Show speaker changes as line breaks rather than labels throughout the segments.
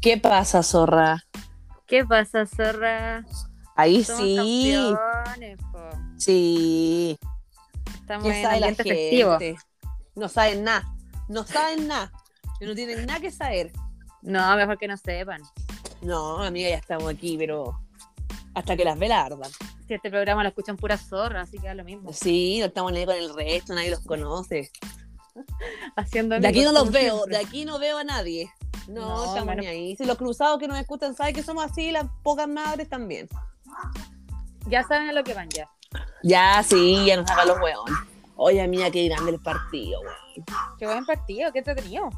¿Qué pasa, zorra?
¿Qué pasa, zorra?
Ahí
Somos
sí.
campeones, po.
Sí.
Estamos
¿Qué
en
sabe la
ambiente festivo.
gente? No saben nada. No saben nada. No tienen nada que saber.
No, mejor que no sepan.
No, amiga, ya estamos aquí, pero hasta que las velas ardan.
Si este programa lo escuchan pura zorra, así que es lo mismo.
Sí, no estamos nadie con el resto, nadie los conoce.
Haciendo
De aquí no
amigos,
los
como
veo,
siempre.
de aquí no veo a nadie. No,
No,
estamos
hermano.
ni ahí. Si los cruzados que nos escuchan saben que somos así, las pocas madres también.
Ya saben a lo que van ya.
Ya, sí, ya nos sacan los hueones. Ah. Oye, amiga, qué grande el partido, weón.
Qué buen partido, qué entretenido.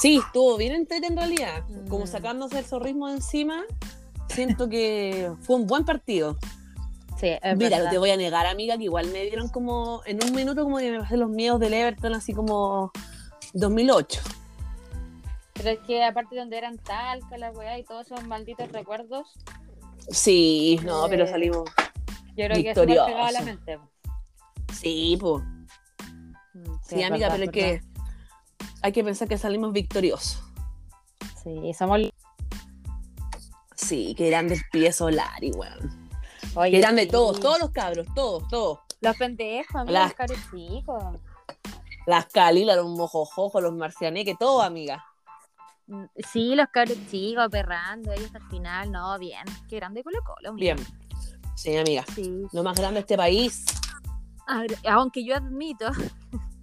Sí, estuvo bien entretenido en realidad. Como
Mm.
sacándose el zorrismo de encima, siento que fue un buen partido.
Sí, es
Mira,
verdad.
no te voy a negar, amiga, que igual me dieron como, en un minuto, como que me pasé los miedos del Everton, así como 2008.
Pero es que aparte donde eran talca, la weá y todos esos malditos recuerdos,
Sí, no, pero
Eh.
salimos.
yo creo que eso me
Victorioso.
ha pegado a la mente. Mm,
Sí, pues. Sí, amiga, pero es que hay que pensar que salimos victoriosos.
Sí, somos.
Sí, que eran del pie solar y weón.
Oye,
Que eran de
sí.
todos, todos los cabros, todos, todos.
Los pendejos, amiga,
Las-
los carecicos.
Las Calilas, los Mojojojo, los Marcianeque, todo, amiga.
Mm, Sí, los cabros chicos, perrando, ellos al final, no, bien. Qué grande Colo Colo,
Bien. Sí, amiga.
Sí.
Lo más grande de este país.
A ver, Aunque yo admito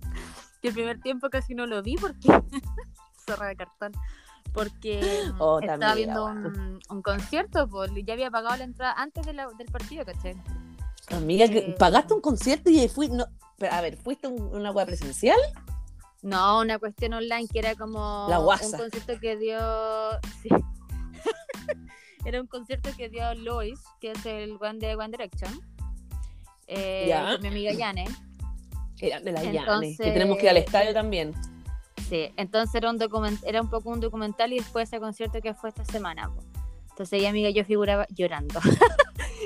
que el primer tiempo casi no lo vi porque. Zorra de cartón. Porque mm,
Oh,
estaba
también,
viendo
bueno.
un, un concierto, pues, ya había pagado la entrada antes de la- del partido, ¿cachai?
Amiga, que
Eh.
pagaste un concierto y fui. No, pero, a ver, ¿fuiste a un- una wea presencial?
No, una cuestión online que era como
La
un
guasa.
concierto que dio. sí. era un concierto que dio Lois, que es el One de One Direction. eh,
Ya.
con mi amiga Yane.
Era de las Yanes.
Entonces-
Que tenemos que ir al estadio también.
Sí, entonces era un, document- era un poco un documental y después ese concierto que fue esta semana. po. Entonces ella, amiga, yo figuraba llorando.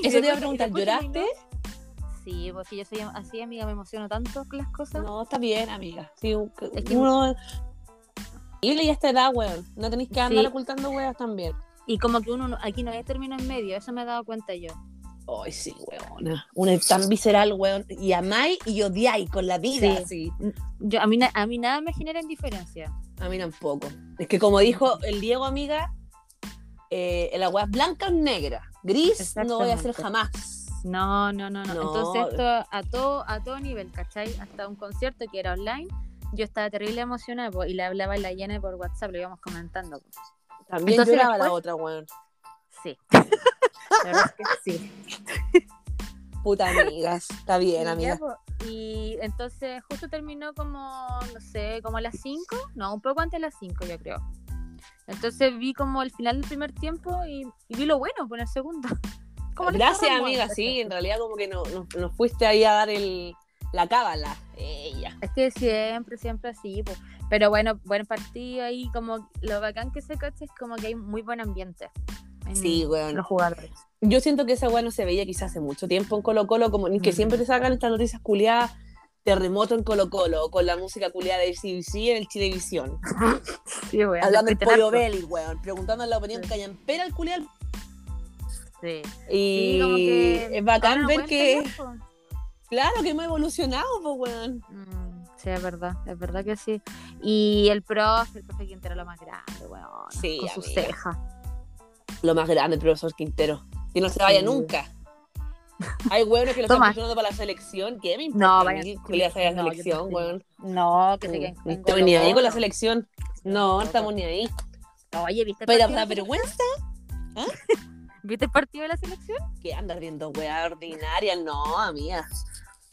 Eso te iba a
Y después-
preguntar,
y después
¿lloraste?
terminó- Sí, porque yo soy así, amiga, me emociono tanto con las cosas.
No, está bien, amiga. Sí, un-
Es que-
uno. Y ya está edad, weón. No tenéis que andar
Sí.
ocultando weas también.
Y como que uno no- aquí no hay término en medio, eso me he dado cuenta yo.
Ay, sí, weona. Una es tan visceral, weón. Y amáis y odiáis con la vida.
Sí.
así.
yo a, mí na- a mí nada me genera indiferencia.
A mí tampoco. Es que como dijo el Diego, amiga, eh, la wea es blanca o negra. Gris no voy a hacer
Exactamente.
jamás.
No, no, no, no.
No.
Entonces esto a todo, a todo nivel, ¿cachai? Hasta un concierto que era online, yo estaba terrible emocionada po, y le hablaba a la Yane por WhatsApp, lo íbamos comentando. po.
También
Entonces,
lloraba la
después-
otra, weón.
Sí. La verdad es que sí.
Puta amigas. Está bien,
Y ya,
amiga.
po, Y entonces justo terminó como, no sé, como a las 5, no, un poco antes de las 5 yo creo. Entonces vi como el final del primer tiempo y, y vi lo bueno por el segundo. Como le
Gracias,
cerramos,
amiga.
¿cachai?
Sí, en realidad como que no- no- nos fuiste ahí a dar el, la cábala. Ella.
Es que siempre, siempre así, po. pero bueno, buen partido ahí, como lo bacán que se cacha es como que hay muy buen ambiente. en
Sí, weón.
los jugadores.
Yo siento que esa weá no se veía quizás hace mucho tiempo en Colo Colo, como que
Mm.
siempre te sacan estas noticias culiadas, terremoto en Colo Colo, con la música culiada de CBC en el Chilevisión.
Sí, weón, pues,
Hablando del
después te
pollo
narco.
Belly, weón. Preguntando la opinión
Sí.
callampera al culial.
Sí.
Y
Sí, como que
es
ahora
bacán
no
ver
pueden
que,
pelear, po.
claro, que hemos evolucionado, pues, weón.
Mm, sí, es verdad, es verdad que sí. Y el profe, el profe Quintero lo más grande, weón.
Sí,
con sus
amiga.
cejas.
Lo más grande, el profesor Quintero. Que no se vaya
Sí.
nunca. Hay weones que lo
Toma.
están funcionando para la selección. ¿Qué me importa?
No,
a
vaya.
mí Que le hace la
No, yo
selección,
tampoco.
weón.
No, que se queden
No
con
estamos ni ahí con la
Colo-Colo.
selección. No, no
Colo-Colo.
estamos ni ahí.
Oye, ¿viste
Pero
el, partido,
la
de la
vergüenza
selección? ¿viste el partido de la selección?
que andas viendo, weá, ordinaria. No, amiga.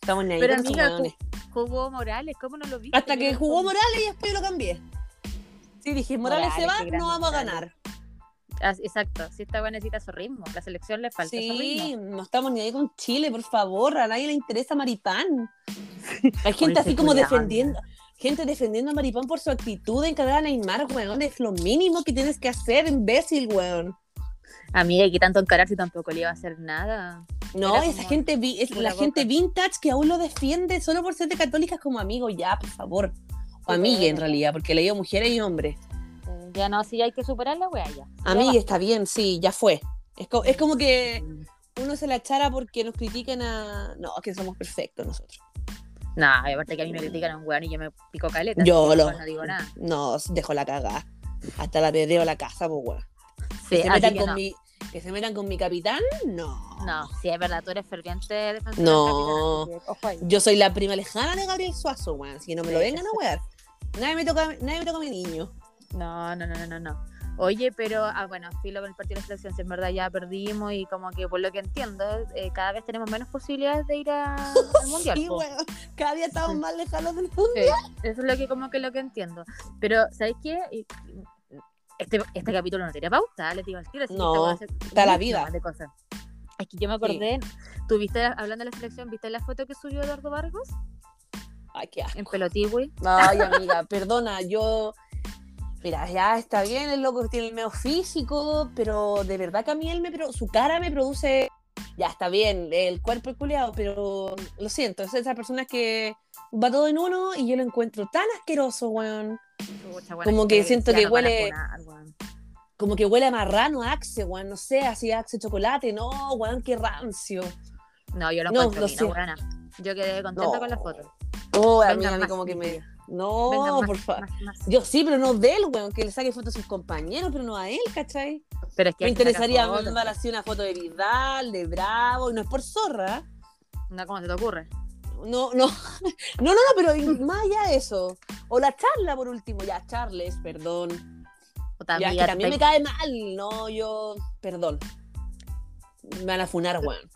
Estamos ni ahí
Pero
con esos
amiga,
weones.
Jugó Morales, ¿cómo no lo viste?
Hasta que
Yo-
jugó Morales y después lo cambié. Sí, dije, Morales, se
Morales,
va,
qué grande
no vamos a
Morales.
ganar.
Ah, Exacto, si esta weá necesita su ritmo. La selección le falta su ritmo.
Sí, no estamos ni ahí con Chile, por favor, a nadie le interesa Maripán. Hay gente
Oye,
así
qué
como
culiao,
defendiendo, gente defendiendo a Maripán por su actitud de encarar a Neymar, weón, es lo mínimo que tienes que hacer, imbécil, weón.
Amiga, y que tanto encarar si tampoco le iba a hacer nada.
No,
Era
esa
como-
gente, vi- es
como
la
la boca.
gente vintage que aún lo defiende solo por ser de católicas como amigo, ya, por favor. O
Qué
amiga, en
pena.
realidad, porque le digo mujeres y hombres.
Eh, Ya no, sí, hay que superar la weá ya.
A mí está bien, sí, ya fue. Es, co- es como que uno se la echara porque nos critiquen a. No, que somos perfectos nosotros.
No, y aparte que a mí me critican a un weón y yo me pico caleta.
Yo
así que
lo-
No digo nada.
No, dejo la cagada. Hasta la perreo la casa, pues weón.
Sí,
Que se
así
metan
que
con
no.
mi. Que se metan con mi capitán, no.
No, sí, es verdad, tú eres ferviente defensor.
No.
del capitán, así que ojo ahí.
Yo soy la prima lejana de Gabriel Suazo, weón. Así que no me lo vengan a wear. Nadie me toca, nadie me toca a mi niño.
No, no, no, no, no, no. Oye, pero ah, bueno, filo con el partido de la selección, si en verdad ya perdimos y como que por lo que entiendo, eh, cada vez tenemos menos posibilidades de ir a- al mundial.
Sí,
po.
weón. Cada día estamos más lejanos del
Sí,
mundo.
eso es lo que como que lo que entiendo. Pero, ¿sabéis qué? Y- Este, este capítulo no tiene pauta, les digo al tiro. así que
No,
esta weá se-
la
mucho
vida.
más de cosas. Es que yo me acordé, tú viste, hablando de la selección, ¿viste la foto que subió Eduardo Vargas?
Ay, qué asco.
En Pelotigüe.
Ay, amiga, perdona, yo. Mira, ya está bien, el loco tiene el medio físico, pero de verdad que a mí él me. pro- Su cara me produce. Ya está bien, el cuerpo es culeado, pero lo siento, es esa persona que va todo en uno y yo lo encuentro tan asqueroso, weón.
Pucha, weón,
Como
es
que siento
ya
que
nos van a
huele-
funar, weón.
Como que huele a marrano a Axe, weón, no sé, así Axe chocolate, no, weón, qué rancio.
No, yo lo
No,
encuentro
lo
fino,
sé.
weona. Yo quedé contenta
No.
con la foto.
Oh, a mí,
Vengan
a mí
más
como que me.
vídeos.
No,
Vengan más,
por favor.
más, más.
Yo sí, pero no de él, weón, que le saque fotos a sus compañeros, pero no a él, ¿cachai?
Pero es que
Me
hay que sacar
interesaría
fotos.
mandar así una foto de Vidal, de Bravo, y no es por zorra. ¿eh?
No, ¿cómo se te ocurre?
No, no, no, no, no, pero y más allá de eso. O la charla por último, ya, Charles, perdón.
Puta,
ya, que
amiga,
también me
estáis-
cae mal, no, yo, perdón. Me van a funar, weón.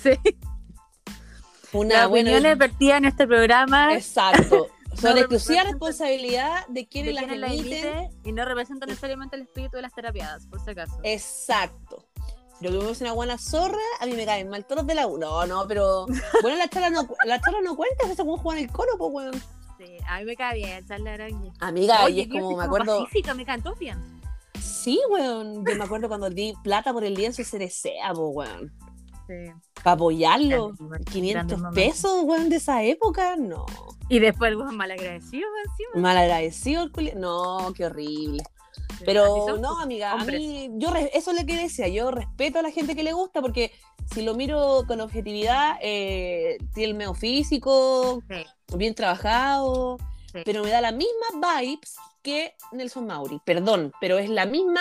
Sí.
Una
Las
buena.
opiniones vertidas en este programa
Exacto. Son
No
exclusiva
representan-
responsabilidad de quienes
de
las
quienes la
emiten.
emiten y no representan necesariamente el espíritu de las terapiadas, por si acaso.
Eh, Exacto. Pero que me es una buena zorra, a mí me caen mal todos los de la U. No, no, pero. Bueno, la charla no, la charla no cuenta, es como jugar el coro, pues, weón.
Sí, a mí me cae bien, Charla Arangui.
Amiga,
Oye,
y es
yo
como,
soy
me acuerdo.
Pacífica, me cantó bien.
Sí, weón. Yo me acuerdo cuando di plata por el lienzo se desea, ah, po, weón.
Sí.
Para apoyarlo.
Grande momento,
500
grande momento.
pesos, weón, de esa época. No.
Y después el weón malagradecido encima.
Mal agradecido el culi- No, qué horrible.
Sí, así
Pero
son,
no,
pues.
amiga, a
hombres.
mí, yo re- eso es lo que decía, yo respeto a la gente que le gusta porque si lo miro con objetividad, eh, tiene el medio físico,
Sí.
bien trabajado,
Sí.
pero me da las mismas vibes que Nelson Mauri, perdón, pero es la misma,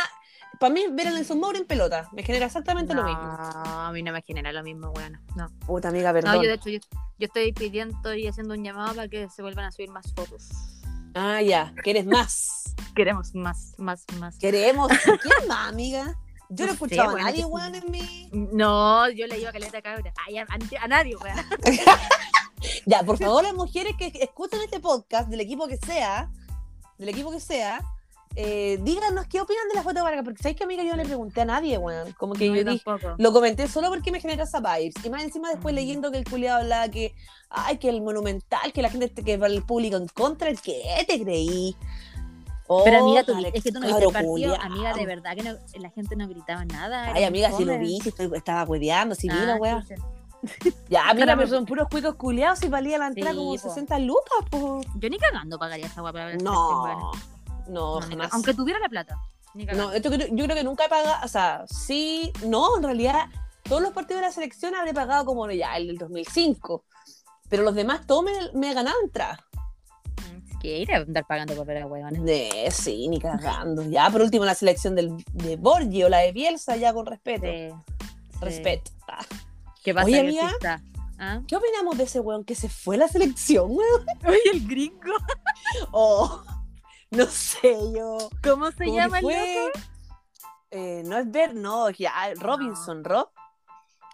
para mí ver a Nelson Mauri en pelota, me genera exactamente
No,
lo mismo.
a mí no me genera lo mismo, weón. No.
Puta amiga, perdón.
No, yo de hecho, yo, yo estoy pidiendo y haciendo un llamado para que se vuelvan a subir más fotos.
Ah, ya, quieres más.
Queremos más, más, más.
Queremos. ¿Quién más, amiga? Yo no
No sé,
escuchaba a
weón,
nadie,
que-
weón, en mi...
No, yo le iba a caleta cabra. Ay, a, a- a nadie, weón.
Ya, por favor, las mujeres que escuchan este podcast, del equipo que sea, del equipo que sea, eh, díganos qué opinan de la foto de Vargas, porque sabéis que amiga yo no le pregunté a nadie, weón. Como que
No,
yo
yo
dije,
tampoco.
lo comenté solo porque me genera esa vibes. Y más encima después
Mm.
leyendo que el culiado hablaba que, ay, que el monumental, que la gente te- que va el público en contra, ¿qué te creí?
Pero
Oh,
amiga, tú,
Órale,
es que tú no viste
cabro
el partido.
culiao.
Amiga, de verdad que no- la gente no gritaba nada.
Ay,
era
amiga,
muy
si lo
fome.
vi, si estoy, estaba hueveando, si
Ah,
vino, weón.
chucha.
Ya, mira,
Claro,
pero
pero-
son puros cuicos culiados y valía la entrada
Sí,
como
po.
60 lucas, po.
Yo ni cagando pagaría esa guapa. para ver este weón.
No, no,
No, ni
jamás.
ca- Aunque tuviera la plata. Ni
No,
cagando.
esto creo- yo creo que nunca he pagado, o sea, sí, no, en realidad todos los partidos de la selección habré pagado como ya el del 2005, pero los demás todos me, me ganaban entradas.
Es que ir a andar pagando para ver a weones.
Eh, sí, ni cagando. Ya, por último, la selección del, de Borgi o la de Bielsa, ya con respeto.
Sí.
Respeto. Ah.
este, ¿Qué pasa,
Oye,
que
amiga.
exista? ¿Ah?
¿Qué opinamos de ese weón que se fue a la selección, weón?
Oye, el gringo.
O, no sé yo.
¿Cómo
Como
se
que
llama el
fue-
loco? Ah.
eh, no es ver, no, ya, Robinson, Rob.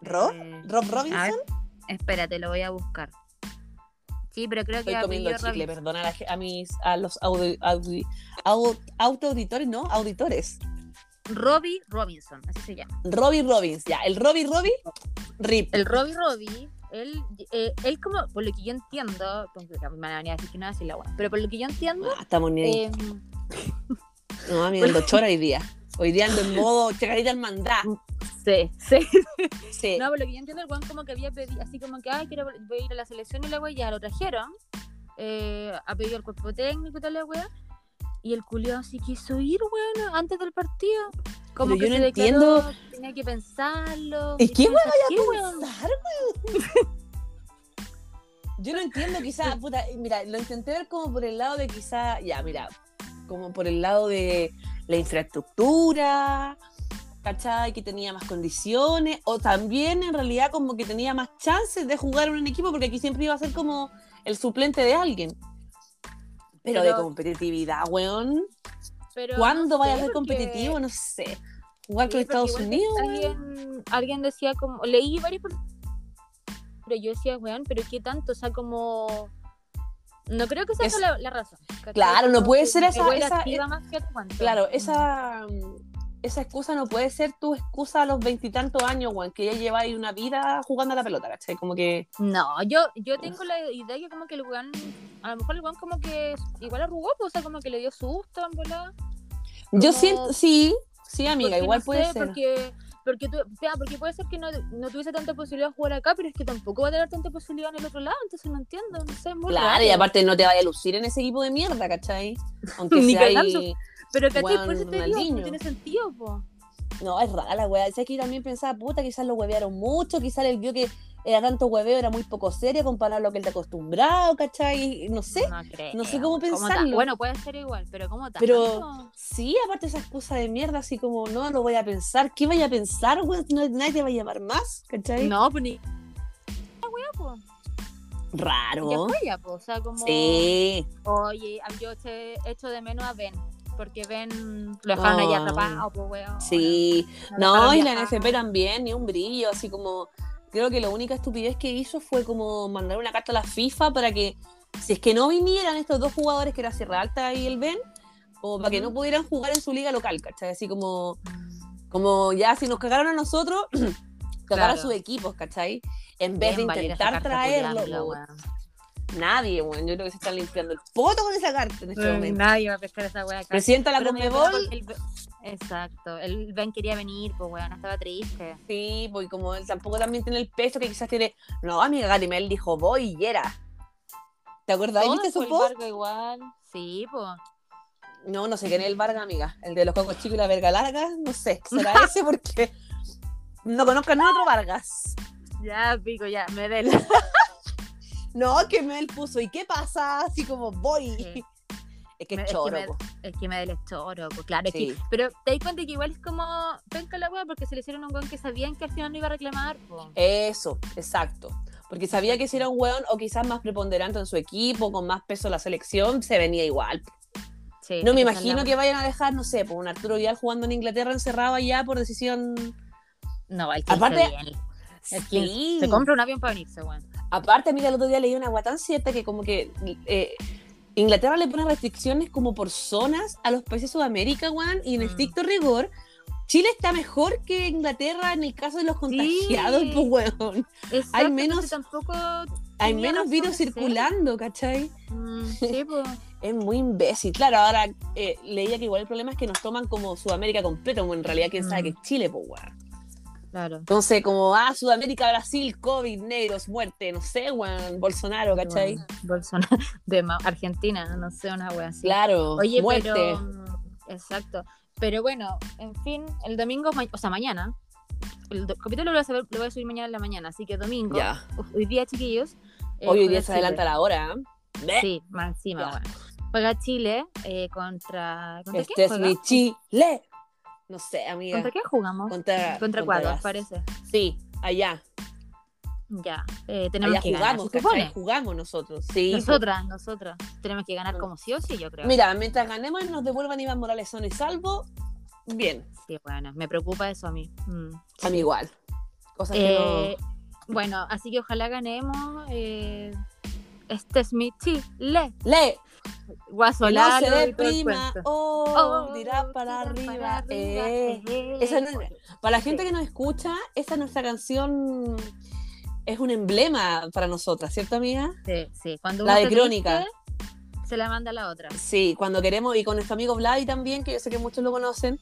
¿Rob?
Eh,
¿Rob
A
Robinson?
ver, espérate, lo voy a buscar. Sí, pero creo que
Estoy comiendo
apellido
chicle,
Robinson.
perdona a, la ge- a mis a los audi- audi- au- autoauditores, no, auditores.
Robbie Robinson, así se llama.
Robbie Robbins, ya, el Robbie Robbie, Rip.
El Robbie Robbie, él, eh, él como, por lo que yo entiendo, pues, la misma manera de decir que no así la buena, pero por lo que yo entiendo,
Ah, estamos ni ahí.
eh,
no, amigo, ando chora hoy día. Hoy día ando en modo chacadita al mandá.
sí, sí.
Sí.
No, por lo que yo entiendo, el Juan como que había pedido, así como que, ay, quiero voy a ir a la selección y la wea, ya lo trajeron. eh, ha pedido el cuerpo técnico y tal la wea. Y el culiado sí quiso ir, bueno, antes del partido. Como
Pero
que
yo
se
no
declaró,
entiendo.
Tenía que pensarlo.
Es que,
Y
weón,
¿sabes qué, weón?
pensar, weón. Yo no entiendo, quizá, puta, mira, lo intenté ver como por el lado de quizá, ya, mira, como por el lado de la infraestructura, ¿cachai? Que tenía más condiciones, o también en realidad como que tenía más chances de jugar en un equipo, porque aquí siempre iba a ser como el suplente de alguien. Pero, de
Pero-
competitividad, weón.
Pero
¿Cuándo
no
vaya a
sé,
ser
porque-
competitivo? No sé. Jugar con
Sí, porque
Estados
igual
Unidos.
Alguien, alguien decía como, leí varios, por- pero yo decía, weón, pero qué tanto, o sea, como, no creo que sea
Es-
esa la, la razón. ¿cachai?
Claro, no
Como
puede
que
ser
mi
esa-
abuela
esa- eh,
activa más que otro cuento.
Claro, esa, mm, esa excusa no puede ser tu excusa a los veintitantos años, weón, que ya lleváis una vida jugando a la pelota, ¿cachai? Como que.
No, yo, yo tengo la idea que como que el weón, a lo mejor el weón como que igual arrugó, pues, o sea, como que le dio susto, en volada.
Yo
Como-
siento, sí, sí, amiga,
Porque
igual
no
puede
sé,
ser.
Porque, porque, tú- o sea, porque puede ser que no, no tuviese tanta posibilidad de jugar acá, pero es que tampoco va a tener tanta posibilidad en el otro lado, entonces no entiendo, no sé, es muy
Claro,
raro.
y aparte no te vaya a lucir en ese equipo de mierda, ¿cachai? Aunque
Ni
sea
cagando.
ahí-
Pero ¿cachai? Por
Juan
eso te digo,
Ronaldinho.
no tiene sentido, po.
No, es rara la weá. Es que yo también pensaba, puta, quizás lo huevearon mucho, quizás él vio que era tanto hueveo, era muy poco serio comparado a lo que él está acostumbrado, ¿cachai? Y No sé.
No creo.
No sé cómo
ta-
pensarlo.
Bueno, puede ser igual, pero ¿cómo tanto?
Pero- Sí, aparte esa excusa de mierda, así como, no, lo voy a pensar. ¿Qué vaya a pensar, weón? No, nadie te va a llamar más, ¿cachai?
No, pues ni... La wea, po. Ya
Raro.
fue ya, po. O sea, como...
Sí.
Oye, a- yo te echo de menos a Ben. Porque Ben lo dejaron allá
Ah.
atrapado, po, weón.
Sí.
Lo
No,
dejaron
y la
viajar.
NFP también, ni un brillo, así como. Creo que la única estupidez que hizo fue como mandar una carta a la FIFA para que, si es que no vinieran estos dos jugadores, que era Sierra Alta y el Ben, como para que
Ujú.
no pudieran jugar en su liga local, ¿cachai? Así como,
Mm.
como ya, si nos cagaron a nosotros, cagar a
Claro.
sus equipos, ¿cachai? En vez
Ben va a
de
ir a
intentar
sacarte a
traerlo,
culiarlo,
weón.
weón.
nadie, weón. Yo creo que se están limpiando el poto con esa carta en este
Mm,
momento.
Nadie va a pescar esa wea acá.
Presidenta de la
Pero me dio
Conmebol,
pena porque el Ben- Exacto. El Ben quería venir, pues, weón. Estaba triste.
Sí, porque como él tampoco también tiene el peso que quizás tiene. No, amiga Garimel dijo, voy y era. ¿Te acordás?
Todos
¿Viste
por
su
el
post?
barco igual. Sí, pues.
No, no sé quién es el Vargas, amiga. El de los cocos chicos y la verga larga. No sé, será ese porque no conozco a ningún otro Vargas.
Ya, pico, ya, me dela.
No, que me él puso, ¿y qué pasa? Así como voy.
Sí.
Es que
Me-
es
es que
choro.
me-
po.
Es que me del choro, pues, claro. es que-
Sí.
pero te das cuenta que igual es como penca la wea porque se le hicieron a un weón que sabían que al final no iba a reclamar, po.
Eso, exacto. Porque sabía que si era un weón o quizás más preponderante en su equipo, con más peso en la selección, se venía igual.
Sí,
No me
esa es la
imagino
wea.
que vayan a dejar, no sé, por un Arturo Vidal jugando en Inglaterra encerrado allá por decisión.
No, el 15
Aparte-
bien. Es que
Sí.
Se compra un avión para venirse, weón.
Aparte, mira, el otro día leí una guatán cierta que como que eh, Inglaterra le pone restricciones como por zonas a los países de Sudamérica, Juan, y en
Mm.
estricto rigor, Chile está mejor que Inglaterra en el caso de los contagiados,
Sí.
pues, weón.
Exacto,
Hay menos-
entonces tampoco.
Hay
Tenía
menos
razón
virus
ese.
circulando, ¿cachai?
Mm, sí, pues.
Es muy imbécil. Claro, ahora eh, leía que igual el problema es que nos toman como Sudamérica completo, como en realidad quién sabe
Mm.
que es Chile, pues, weón.
Claro.
Entonces, como, ah, Sudamérica, Brasil, COVID, negros, muerte, no sé, weón, Bolsonaro, ¿cachai?
Bueno, Bolsonaro. De Ma- Argentina, no sé, una wea así.
Claro,
Oye,
muerte.
pero. mm, Exacto. Pero bueno, en fin, el domingo, ma- o sea, mañana. El do- capítulo lo voy, a saber- lo voy a subir mañana en la mañana, así que domingo.
Ya,
Uf, Hoy día, chiquillos.
hoy
eh,
hoy
juega
día se
Chile.
adelanta la hora. ¿eh? Ve,
Sí, más encima,
Ya.
bueno. Juega Chile eh, contra. ¿Contra
este
quién
es
juega?
mi Chile. No sé, amiga.
¿Contra quién jugamos?
Contra,
Contra
las-
Ecuador, parece.
Sí, allá.
Ya. eh, tenemos
Allá
que ganar.
jugamos,
se
¿cachai?
supone.
Jugamos nosotros. Sí,
Nosotras, nosotras. Tenemos que ganar como sí o sí, yo creo.
pues. Mira, mientras ganemos y nos devuelvan Iván Morales sano y salvo, bien,
Sí, bueno, me preocupa eso a mí. Mm.
a mí igual. Cosas
Eh,
que
Bueno, así que ojalá ganemos. eh, este es mi chile.
no. ¡Le!
Guasolaro.
no
y
se
todo el
deprima,
cuento.
oh,
Oh,
dirá para arriba. eh.
eh.
Esa no- Para la gente
Sí.
que nos escucha, esta nuestra canción es un emblema para nosotras, ¿cierto, amiga?
Sí, sí, Cuando
La
uno
de
está
Crónica.
triste, se la manda a la otra.
Sí, cuando queremos, y con nuestro amigo Vladi también, que yo sé que muchos lo conocen.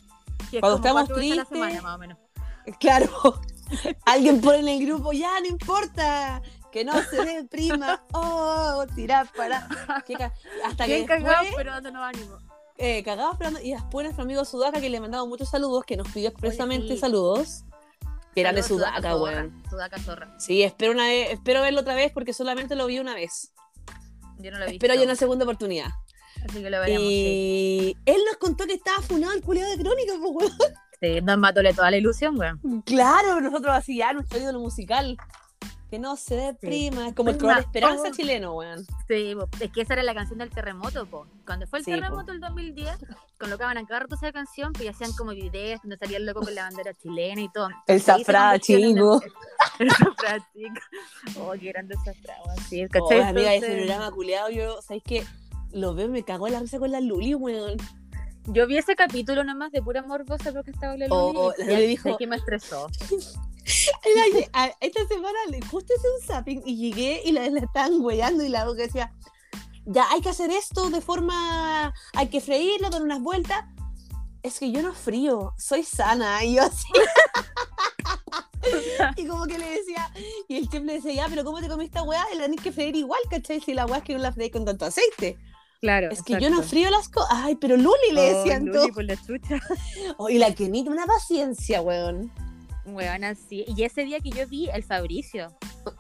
Que es
Cuando
como
estamos
cuatro veces a la
tristes,
semana, más o menos.
Claro, alguien pone en el grupo, ya, no importa, que no se deprima, oh, tirar para. Qué ca- Hasta que
Bien cagado,
después,
pero dándonos ánimo.
eh, cagados esperando. Y después nuestro amigo Sudaca, que le mandaba muchos saludos, que nos pidió expresamente
sí.
saludos. Que eran de
Saludos,
Sudaca, weón.
Sudaca zorra.
Sí, espero, una vez- espero verlo otra vez porque solamente lo vi una vez.
Yo no lo he visto.
Espero haya una segunda oportunidad.
Así que lo veremos. sí.
Y él nos contó que estaba funado el culiado de Crónica, pues, weón.
Sí, nos matóle toda la ilusión, weón.
Claro, nosotros así ya, nuestro ídolo musical. Que no se deprima, es como el
Es
color
una-
esperanza
oh.
chileno, weón.
Sí, po. es que esa era la canción del terremoto, po. Cuando fue el
Sí, po.
terremoto del 2010, colocaban a cada rato esa canción, pues y hacían como videos, no salía el loco con la bandera chilena y todo.
El
Sí, se
zafrá,
convirtió en
chico.
una- El zafrá, chico. Oh, qué grande el zafrá, weón. Sí, ¿cachai?
Oh, amiga, ese
Entonces,
programa culiado, yo, ¿sabes qué? Lo veo y me cago en la risa con la Luli, weón.
Yo vi ese capítulo nomás de pura morbosa porque estaba la
Oh,
Luli
oh, la
y
Luli dijo-
que me estresó.
Era- a- Esta semana le- justo hice un zapping y llegué y la, la estaban güeyando y la boca decía, ya hay que hacer esto de forma, hay que freírlo, dar unas vueltas. Es que yo no frío, soy sana ¿eh? y yo así. y como que le decía, y el chef le decía, ya, pero ¿cómo te comí esta weá? Y la tenés que freír igual, ¿cachai? Si la weá es que no la freí con tanto aceite.
Claro.
Es que yo no frío las cosas. Ay, pero Luli
Oh,
le decían todo.
por la chucha.
Oh, y la Kenita, una paciencia, weón.
Weón, así. Y ese día que yo vi el Fabricio,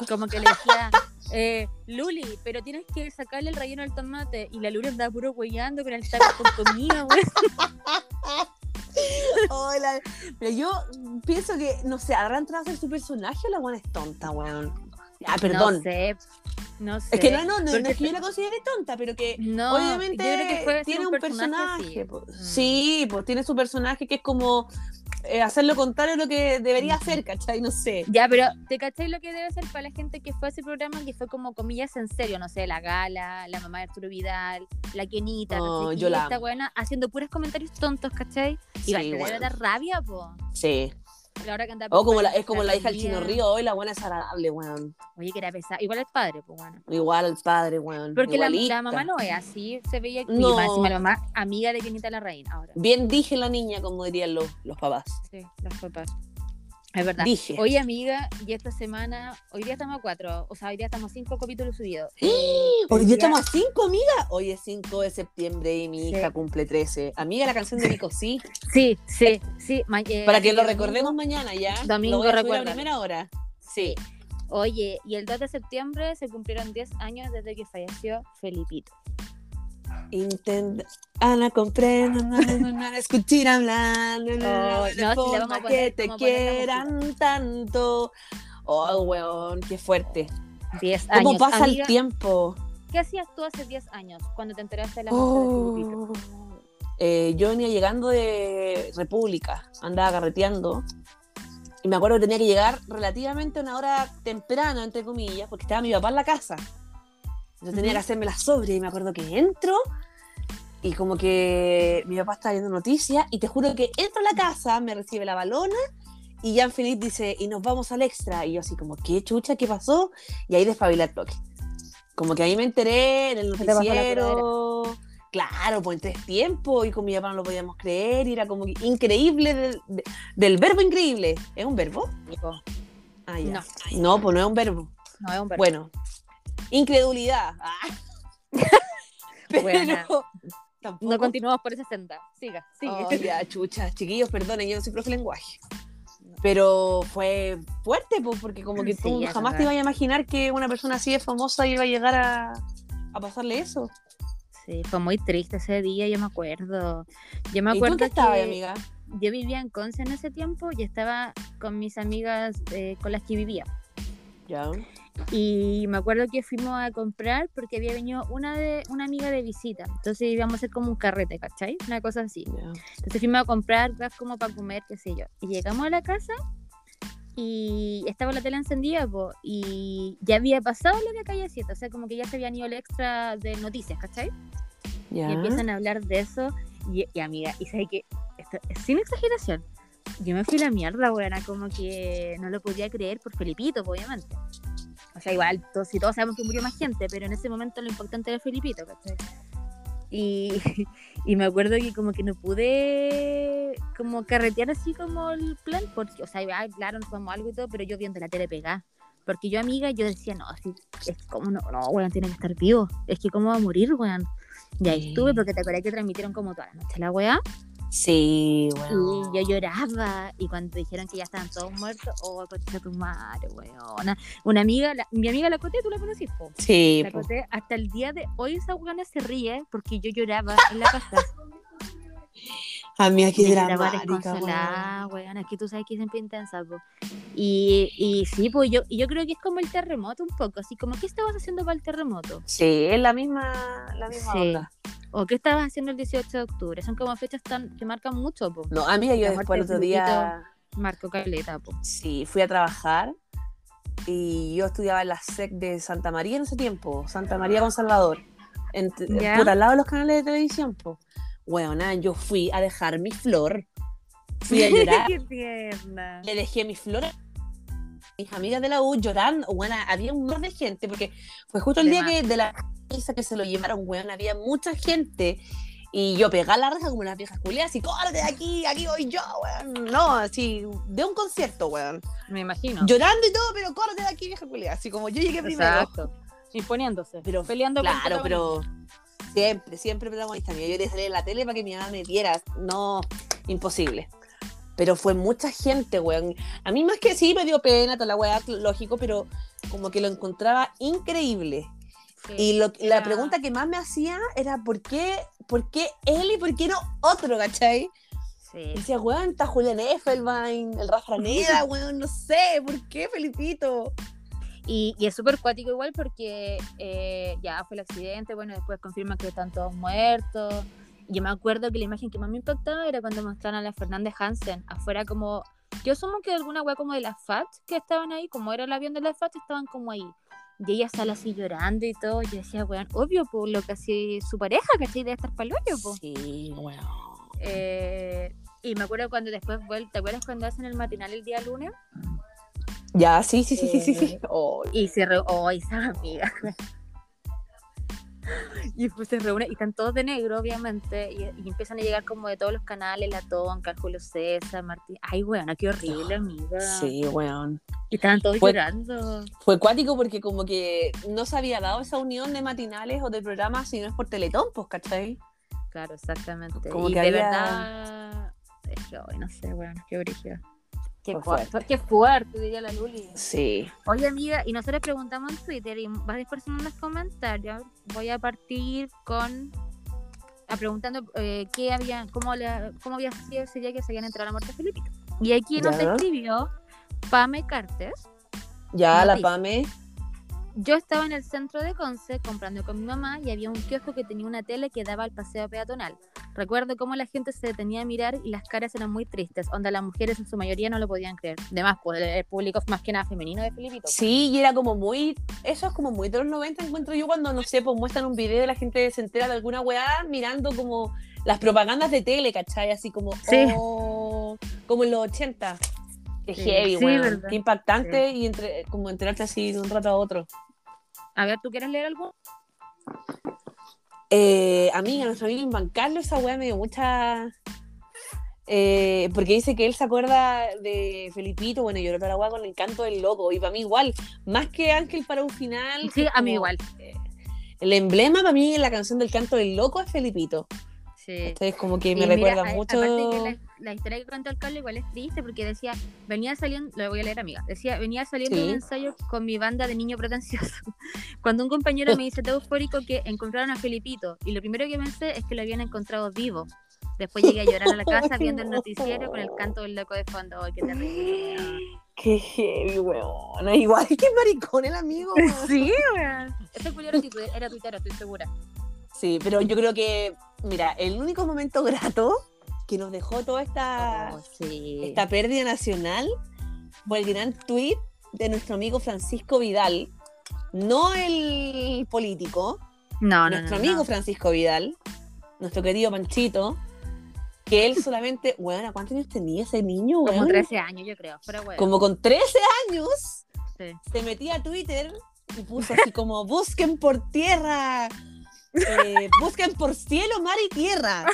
como que le decía, eh, Luli, pero tienes que sacarle el relleno al tomate. Y la Luli andaba puro huellando con el taco con comida, weón.
Hola. Pero yo pienso que, no sé, ¿habrá entrado a ser su personaje o la buena es tonta, weón? Ah, perdón.
No sé. No sé.
Es que no, no, no, no
Porque-
es que yo la considere tonta, pero que
No,
obviamente
yo creo que fue así
tiene un personaje.
así.
po.
Mm.
Sí, pues tiene su personaje que es como eh, hacer lo contrario a lo que debería
Ujú.
hacer, ¿cachai? No sé.
Ya, pero ¿te cacháis lo que debe ser para la gente que fue a ese programa que fue como comillas en serio? No sé, la gala, la mamá de Arturo Vidal, la Kenita,
Oh,
¿cachai?
yo
Y
la
esta
amo.
buena haciendo puros comentarios tontos, ¿cachai? Y
Sí,
va, te debe
weón.
dar rabia, po.
Sí.
La hora que anda
O como la,
preparando
es como la hija del
comida.
Chino Río, hoy la buena es agradable, weón.
Oye, que era pesada. Igual el padre, pues bueno.
Igual al padre, weón.
Porque la,
Igualita.
la mamá no es así, se veía que
No.
más encima la mamá amiga de Kenita la reina ahora.
Bien dije la niña, como dirían los, los papás.
Sí, las papás. Es verdad.
Dije.
Oye, amiga, y esta semana, hoy día estamos a cuatro, o sea, hoy día estamos a cinco capítulos subidos.
Hoy día
Ya.
estamos a 5, amiga. Hoy es 5 de septiembre y mi
Sí.
hija cumple 13. Amiga, la canción de Nico, sí.
Sí, sí, sí. ma- eh,
Para
así
que lo
domingo-
recordemos mañana, ¿ya?
domingo,
lo voy a subir a
recuérdalo.
primera hora. Sí.
Oye, y el 2 de septiembre se cumplieron 10 años desde que falleció Felipito.
Intenta. Ana, comprendo. No, no, no, no, escuchar hablar. No, no,
Oh,
no, de
no, sí, la vamos a
forma
poner,
que te
vamos a poner la
quieran tanto. Oh, weón, qué fuerte.
10 años.
¿Cómo pasa
Amiga,
el tiempo?
¿Qué hacías tú hace 10 años cuando te enteraste de la muerte de Felipito?
Oh. Eh, yo venía llegando de República, andaba carreteando. Y me acuerdo que tenía que llegar relativamente a una hora temprana, entre comillas, porque estaba mi papá en la casa. Yo tenía que
Ujú.
hacerme la sobre y me acuerdo que entro y como que mi papá estaba viendo noticias y te juro que entro a la casa, me recibe la balona y Jan Philippe dice, y nos vamos al extra. Y yo así como, ¿qué chucha? ¿Qué pasó? Y ahí despabilé el toque. Como que ahí me enteré en el
Se te bajó la
noticiero. Claro, pues en tres tiempos y con mi papá no lo podíamos creer y era como que increíble del, de- del verbo increíble. ¿Es un verbo?
Nico,
Ah, ya.
No.
No, pues no es un verbo.
No es un verbo.
Bueno, incredulidad. Ah. Pero
Buena.
tampoco.
no continuamos por esa senda. Siga, sigue.
Oh, ya, chuchas, chiquillos, perdonen, yo no soy profe de lenguaje. Pero fue fuerte, pues, porque como que
Sí,
tú
es
jamás te
verdad.
ibas a imaginar que una persona así de famosa iba a llegar a, a pasarle eso.
Sí, fue muy triste ese día, yo me acuerdo. Yo me
¿Y tú
acuerdo
en qué estabas,
que
amiga?
yo vivía en Conce en ese tiempo y estaba con mis amigas eh, con las que vivía.
Ya.
Y me acuerdo que fuimos a comprar porque había venido una, de, una amiga de visita. Entonces íbamos a hacer como un carrete, ¿cachai? Una cosa así. Entonces fuimos a comprar cosas como para comer, qué sé yo. Y llegamos a la casa y estaba la tele encendida po, y ya había pasado lo de Calle 7. O sea, como que ya se habían ido el extra de noticias, ¿cachai?
Ya.
Y empiezan a hablar de eso. Y, y, amiga, y sabes que, esto- sin exageración, yo me fui a la mierda, weona, como que no lo podía creer por Felipito, po, obviamente. O sea, igual, todos, si todos sabemos que murió más gente, pero en ese momento lo importante era Felipito, ¿cachai? Y, y me acuerdo que como que no pude como carretear así como el plan, porque, o sea, ah, claro, nos tomamos algo y todo, pero yo viendo la tele pegada. Porque yo, amiga, yo decía, no, así, es como, no, no, weón, tiene que estar vivo. Es que cómo va a morir, weón. Y ahí estuve porque te acordás que transmitieron como toda la noche la weá.
Sí,
Y
weón.
yo lloraba. Y cuando dijeron que ya estaban todos muertos, oh, concha tu madre, weona. Una amiga, la- mi amiga la Coté, tú la conoces, po.
Sí, pues.
La
po.
Coté, hasta el día de hoy esa weona se ríe porque yo lloraba en la casa.
amiga, qué
Yo lloraba
dramática, weón.
desconsolada, weona. Es que tú sabes que siempre intensa, po. Y, y sí, pues yo, y yo creo que es como el terremoto un poco. Así como, ¿qué estabas haciendo para el terremoto?
Sí, es la misma, la misma
Sí.
onda.
¿O qué estabas haciendo el 18 de octubre? Son como fechas tan, que marcan mucho, po.
No, amiga, yo
La
después el
muerte
otro
de
día,
Marco Caleta, po.
sí, fui a trabajar y yo estudiaba en la SEC de Santa María en ese tiempo, Santa María con Salvador, en,
Ya.
puta, al lado de los canales de televisión, po. Weona, yo fui a dejar mi flor, fui a llorar,
¡Qué tierna!
le dejé mi flor a mis amigas de la U llorando, weona, había un mar de gente, porque fue justo el
De
día que de la misa que se lo llevaron, weón, había mucha gente. Y yo pegaba la raja como las viejas culiadas, así, córrete de aquí, aquí voy yo, weón. No, así, de un concierto, weón.
Me imagino.
Llorando y todo, pero córrete de aquí, vieja culiada. Así como yo llegué primero.
Exacto. Imponiéndose.
Pero,
peleando con
Claro,
protagonistas.
pero siempre, siempre protagonista. Mira, yo quería salir en la tele para que mi mamá me viera. No, imposible. Pero fue mucha gente, weón. A mí más que sí me dio pena, toda la weá, lógico, pero como que lo encontraba increíble.
Sí.
Y lo-
Era-
la pregunta que más me hacía era ¿por qué, por qué él y por qué no otro, cachai?
Sí.
Y decía, weón, está Julián Effelbein, el Rafa Neda, weón, no sé, ¿por qué, Felipito?
Y, y es súper cuático igual porque eh, ya fue el accidente, bueno, después confirman que están todos muertos. Yo me acuerdo que la imagen que más me impactaba era cuando mostraron a la Fernández Hansen afuera como... Yo asumo que alguna wea como de la FAT que estaban ahí, como era el avión de la FAT, estaban como ahí. Y ella sale así llorando y todo. Yo decía, weón, obvio, por lo que hace su pareja, ¿cachai? Debe estar pa'l hoyo, po.
Sí, weón.
Eh, y me acuerdo cuando después vuelta, ¿te acuerdas cuando hacen el matinal el día lunes?
Ya, sí, sí, sí, sí, sí, sí.
Eh,
Oh,
Y se reúne, oh, esa amiga. Y después se reúne, y están todos de negro, obviamente, y, y empiezan a llegar como de todos los canales, La Tonca, Julio César, Martín. Ay, weona, qué horrible, amiga.
Ah, sí, weón.
Y estaban todos
Fue-
llorando.
Fue cuático porque como que no se había dado esa unión de matinales o de programas si no es por Teletón, pues, ¿cachai?
Claro, exactamente.
Como
y
que
de
había-
verdad. Es que, ay, no sé, weona, qué brígido. Qué
Fue
fuerte. qué fuerte, diría la Luli.
Sí.
Oye, amiga, y nosotros preguntamos en Twitter y varias personas nos comentaron. Voy a partir con. a preguntando eh, qué había, cómo, la- cómo había sido ese día que se habían entrado a la muerte de Felipe. Y aquí nos
Ya.
escribió Pame Cartes.
Ya, la
Matiz.
Pame.
Yo estaba en el centro de Conce comprando con mi mamá y había un kiosco que tenía una tele que daba al paseo peatonal. Recuerdo cómo la gente se detenía a mirar y las caras eran muy tristes, onda las mujeres en su mayoría no lo podían creer. Además, pues el- el público más que nada femenino de Filipito.
Sí, y era como muy. Eso es como muy de los 90, encuentro yo, cuando, no sé, pues muestran un video y la gente se entera de alguna weá mirando como las propagandas de tele, ¿cachai? Así como.
Sí.
"Oh", como en los 80. Qué
Sí.
heavy,
Sí,
weón.
verdad.
Qué impactante y entre, como enterarte así de un rato a otro.
A ver, ¿tú quieres leer algo?
Eh, amiga, nuestro amigo Iván Carlos, esa weá me dio mucha. eh, porque dice que él se acuerda de Felipito, bueno, lloró toda la weá con el canto del loco. Y para mí, igual, más que Ángel para un final. que
Sí,
es
a mí
como-
igual.
El emblema para mí en la canción del canto del loco es Felipito.
Sí.
Entonces, como que
Y
me
mira,
recuerda
a-
mucho.
Aparte que la, la historia que contó el Carlos igual es triste porque decía, venía saliendo, lo voy a leer amiga, decía, venía saliendo de
Sí.
un ensayo con mi banda de niño pretencioso. Cuando un compañero me dice todo eufórico que encontraron a Felipito y lo primero que pensé es que lo habían encontrado vivo. Después llegué a llorar a la casa viendo el noticiero con el canto del loco de fondo. Ay, qué terrible.
Qué heavy, weón. Igual que maricón el amigo. weón.
Sí, weón. Este culero sí tu- era tuitero, estoy segura.
Sí, pero yo creo que, mira, el único momento grato que nos dejó toda esta.
Oh, sí.
esta pérdida nacional por el gran tweet de nuestro amigo Francisco Vidal, no el político,
No, no, no,
nuestro
no.
amigo Francisco Vidal, nuestro querido Panchito, que él solamente, bueno, ¿cuántos años tenía ese niño?
Como
weón?
13 años, yo creo. Pero bueno.
Como con 13 años,
sí.
se metía a Twitter y puso así como, busquen por tierra. eh, busquen por cielo, mar y tierra.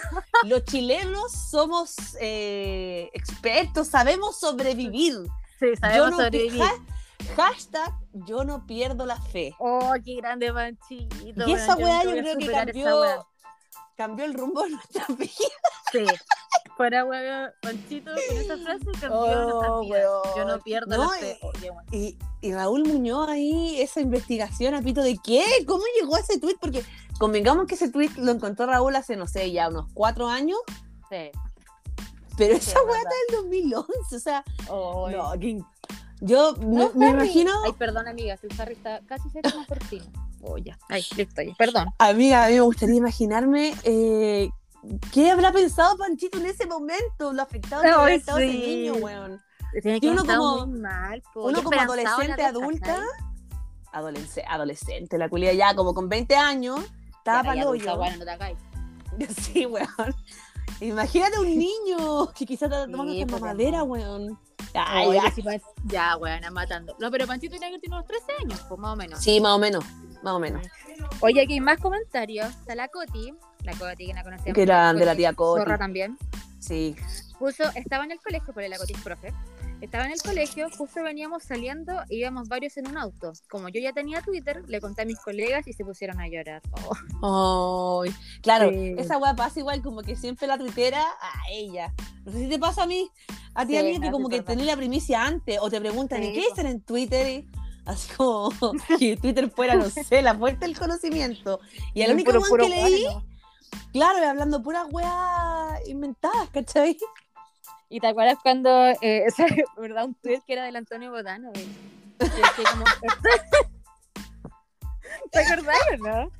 Los chilenos somos eh, expertos, sabemos sobrevivir.
Sí, sabemos
Yo no pi-
sobrevivir.
ha- hashtag yo no pierdo la fe.
Oh, qué grande Panchito.
Y esa
weón, yo
weá
nunca
yo
voy
creo
a
que
superar esa weá.
cambió cambió el rumbo de nuestra vida.
Sí. Fuera, huevo, Panchito, con esa frase cambió
Oh,
nuestras vidas.
weón.
Yo no pierdo
No,
la fe.
eh,
Oye, bueno.
Y, y Raúl Muñoz ahí, esa investigación a pito de qué, cómo llegó a ese tweet, porque convengamos que ese tweet lo encontró Raúl hace, no sé, ya unos cuatro años,
Sí.
pero
sí,
esa
es
weá
verdad.
del 2011, o sea,
Oy.
no, que- yo me-
No,
me
Harry.
imagino,
Ay, perdón, amiga, si Harry está casi cerca de por ti. Oh, ya. Ay, listo, ya. Perdón.
amiga, a mí me gustaría imaginarme eh, qué habrá pensado Panchito en ese momento, lo afectado que
Ay,
habrá estado ese
sí.
niño, weón.
Tiene
que
que
uno
uno
como-
como, muy mal, po.
uno
Yo
como
esperanzada
adolescente,
ahora,
adulta,
¿cachai?
Adolescente, adolescente, la culia ya como con 20 años, estaba
Ya, ya,
pa'l
adulta,
hoyo.
bueno, no te hagáis.
Sí, weón. Imagínate un niño que quizás está tomando
Sí,
esta
pues,
mamadera, weón. Ay,
Ay,
ay.
sí, pa- Ya, weón, matando. No, pero Panchito Negro tiene unos 13 años, pues más o menos.
Sí, más o menos. Más o menos.
Oye, aquí hay más comentarios. Está la Coti, la Coti que la conocemos.
Que era de la tía Coti.
Zorra también.
Sí.
Puso, estaba en el colegio, por la Coti es profe. Estaba en el colegio, justo veníamos saliendo e íbamos varios en un auto. Como yo ya tenía Twitter, le conté a mis colegas y se pusieron a llorar. Oh.
Ay. Claro,
Sí.
esa weá pasa igual, como que siempre la tuitera a ella. No sé si te pasa a mí, a ti
Sí,
amiga, que
no,
como
sí,
que
es verdad.
tenés la primicia antes, o te preguntan, ¿y
Sí,
qué
pues.
dicen en Twitter? Y Así como que Twitter fuera, no sé, la puerta del conocimiento. Y el único
Puro-
weón
puro
que leí,
weón, ¿no?
claro, hablando puras weas inventadas, ¿cachai?
Y te acuerdas cuando, eh, esa- ¿verdad? Un tweet que era del Antonio Botano. eh. Que- que como- ¿Te acordás o no?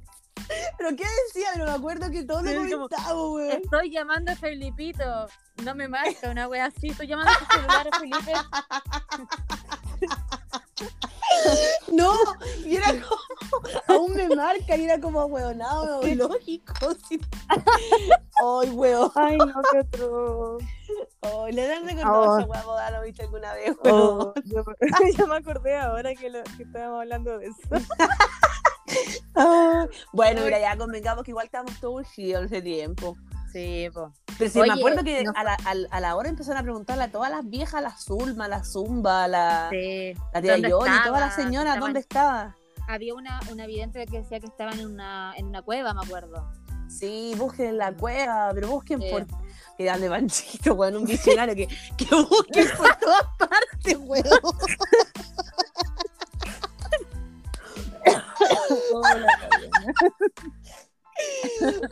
¿Pero qué decía? Pero me acuerdo que todos lo
Sí, como-
comentábamos, weón.
Estoy llamando a Felipito. No me marca una wea así. Estoy llamando a tu celular, Felipe.
No, y era como, aún me marca y era como weonado, lógico. sí. Ay, weón.
Ay, no, qué otro.
Ay, le han recordado
Oh.
esa hueá bodada, lo he visto alguna vez, pero
yo, me acordé ahora que, estábamos hablando de eso.
Ah, Bueno,
Oh. Ay.
mira, ya convengamos que igual estábamos todos urgidos en ese tiempo.
Sí, po.
Pero sí,
Oye,
me acuerdo que
no-
a, la, al- a la hora empezaron a preguntarle a todas las viejas, la Zulma, la Zumba, la,
Sí.
la tía
¿Dónde
Yoli, todas
estaba?
las señoras,
Estaban-
¿dónde estaba?
Había una, una vidente que decía que estaban en una, en una cueva, me acuerdo.
Sí, busquen la cueva, pero busquen
Sí.
por. Que dan de manchito, weón, un visionario que, que busquen por todas partes, weón.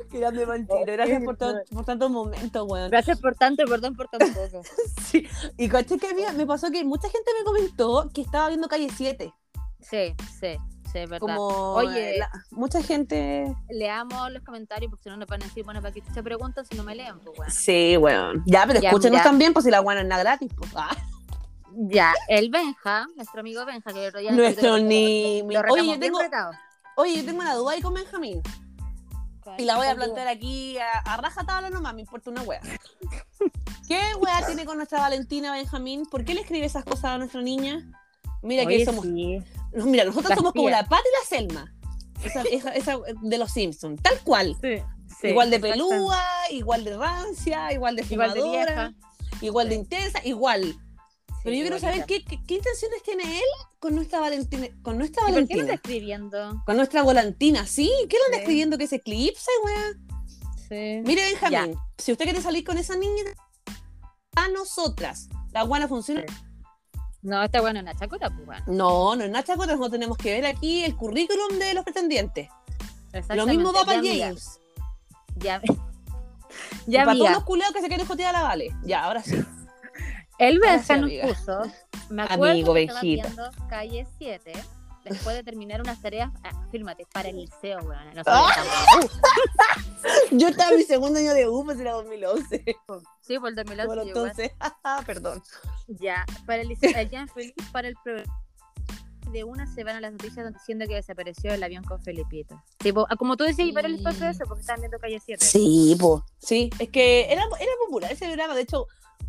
Que dan de manchito. Gracias por, to- por tantos momentos, weón.
Gracias por tanto y perdón por tan poco.
Sí. Y caché que mira, me pasó que mucha gente me comentó que estaba viendo calle 7.
Sí, sí, sí, es verdad.
Como. eh,
Oye.
la- mucha gente.
Leamos los comentarios porque si no nos van a decir, bueno, ¿para qué te preguntan si no me leen? Pues, bueno.
Sí, weón. Ya, pero
Ya,
escúchenos
mira.
también, pues si la guana es nada gratis, pues. Ah.
Ya, el Benja, nuestro amigo Benja, que el otro día
Nuestro
lo-
ni.
eh, lo retamos
Oye, yo
bien
tengo,
retado.
oye, yo tengo una duda ahí con Benjamín. Y la voy a plantear aquí a, a rajatabla nomás, me importa una wea. ¿Qué wea tiene con nuestra Valentina Benjamín? ¿Por qué le escribe esas cosas a nuestra niña? Mira
Oye,
que somos.
sí.
no, Mira, nosotros
Las
somos como
tías.
la Pat y la Selma. Esa, esa- esa de los Simpsons, tal cual.
Sí, sí,
igual de
exactamente.
pelúa, igual de rancia, igual de
Igual de
fumadora,
vieja.
igual de
Sí.
intensa, igual. Pero yo quiero
igualita.
saber qué, qué- qué intenciones tiene él con nuestra Valentina. Con nuestra
¿Y ¿Por qué no está
Valentina.
escribiendo?
Con nuestra Volantina, ¿sí? ¿Qué le anda
Sí.
escribiendo que se eclipse, wea?
Sí.
Mire, Benjamín, si usted quiere salir con esa niña, a nosotras. La guana funciona.
No, está bueno en la chacota, pues bueno.
No, no es Nacha Cota, nosotros tenemos que ver aquí el currículum de los pretendientes. Lo mismo va para
Exactamente.
James.
Ya,
Y
ya, ya
para todos
amiga.
los culeos que se quieren jotear a la Vale. Ya, ahora sí.
El
Ahora
Benja
sí,
nos
amiga.
puso. Me acuerdo
Amigo,
que estaba
Benjita.
viendo calle 7 después de terminar unas tareas. Ah, fírmate, para el liceo, weón. No
Ah.
sabía tampoco.
Yo estaba en mi segundo año de U, pues era 2011.
Sí, por el 2011
Bueno,
llegó.
entonces, ah, perdón.
Ya, para el liceo. Allá en Feliz, para el programa. De una se van a las noticias diciendo que desapareció el avión con Felipito. Sí, po- ah, como tú decías, y para el paso de eso, porque estaban viendo calle 7.
Sí, po. Sí, es que era, era popular ese programa. De hecho,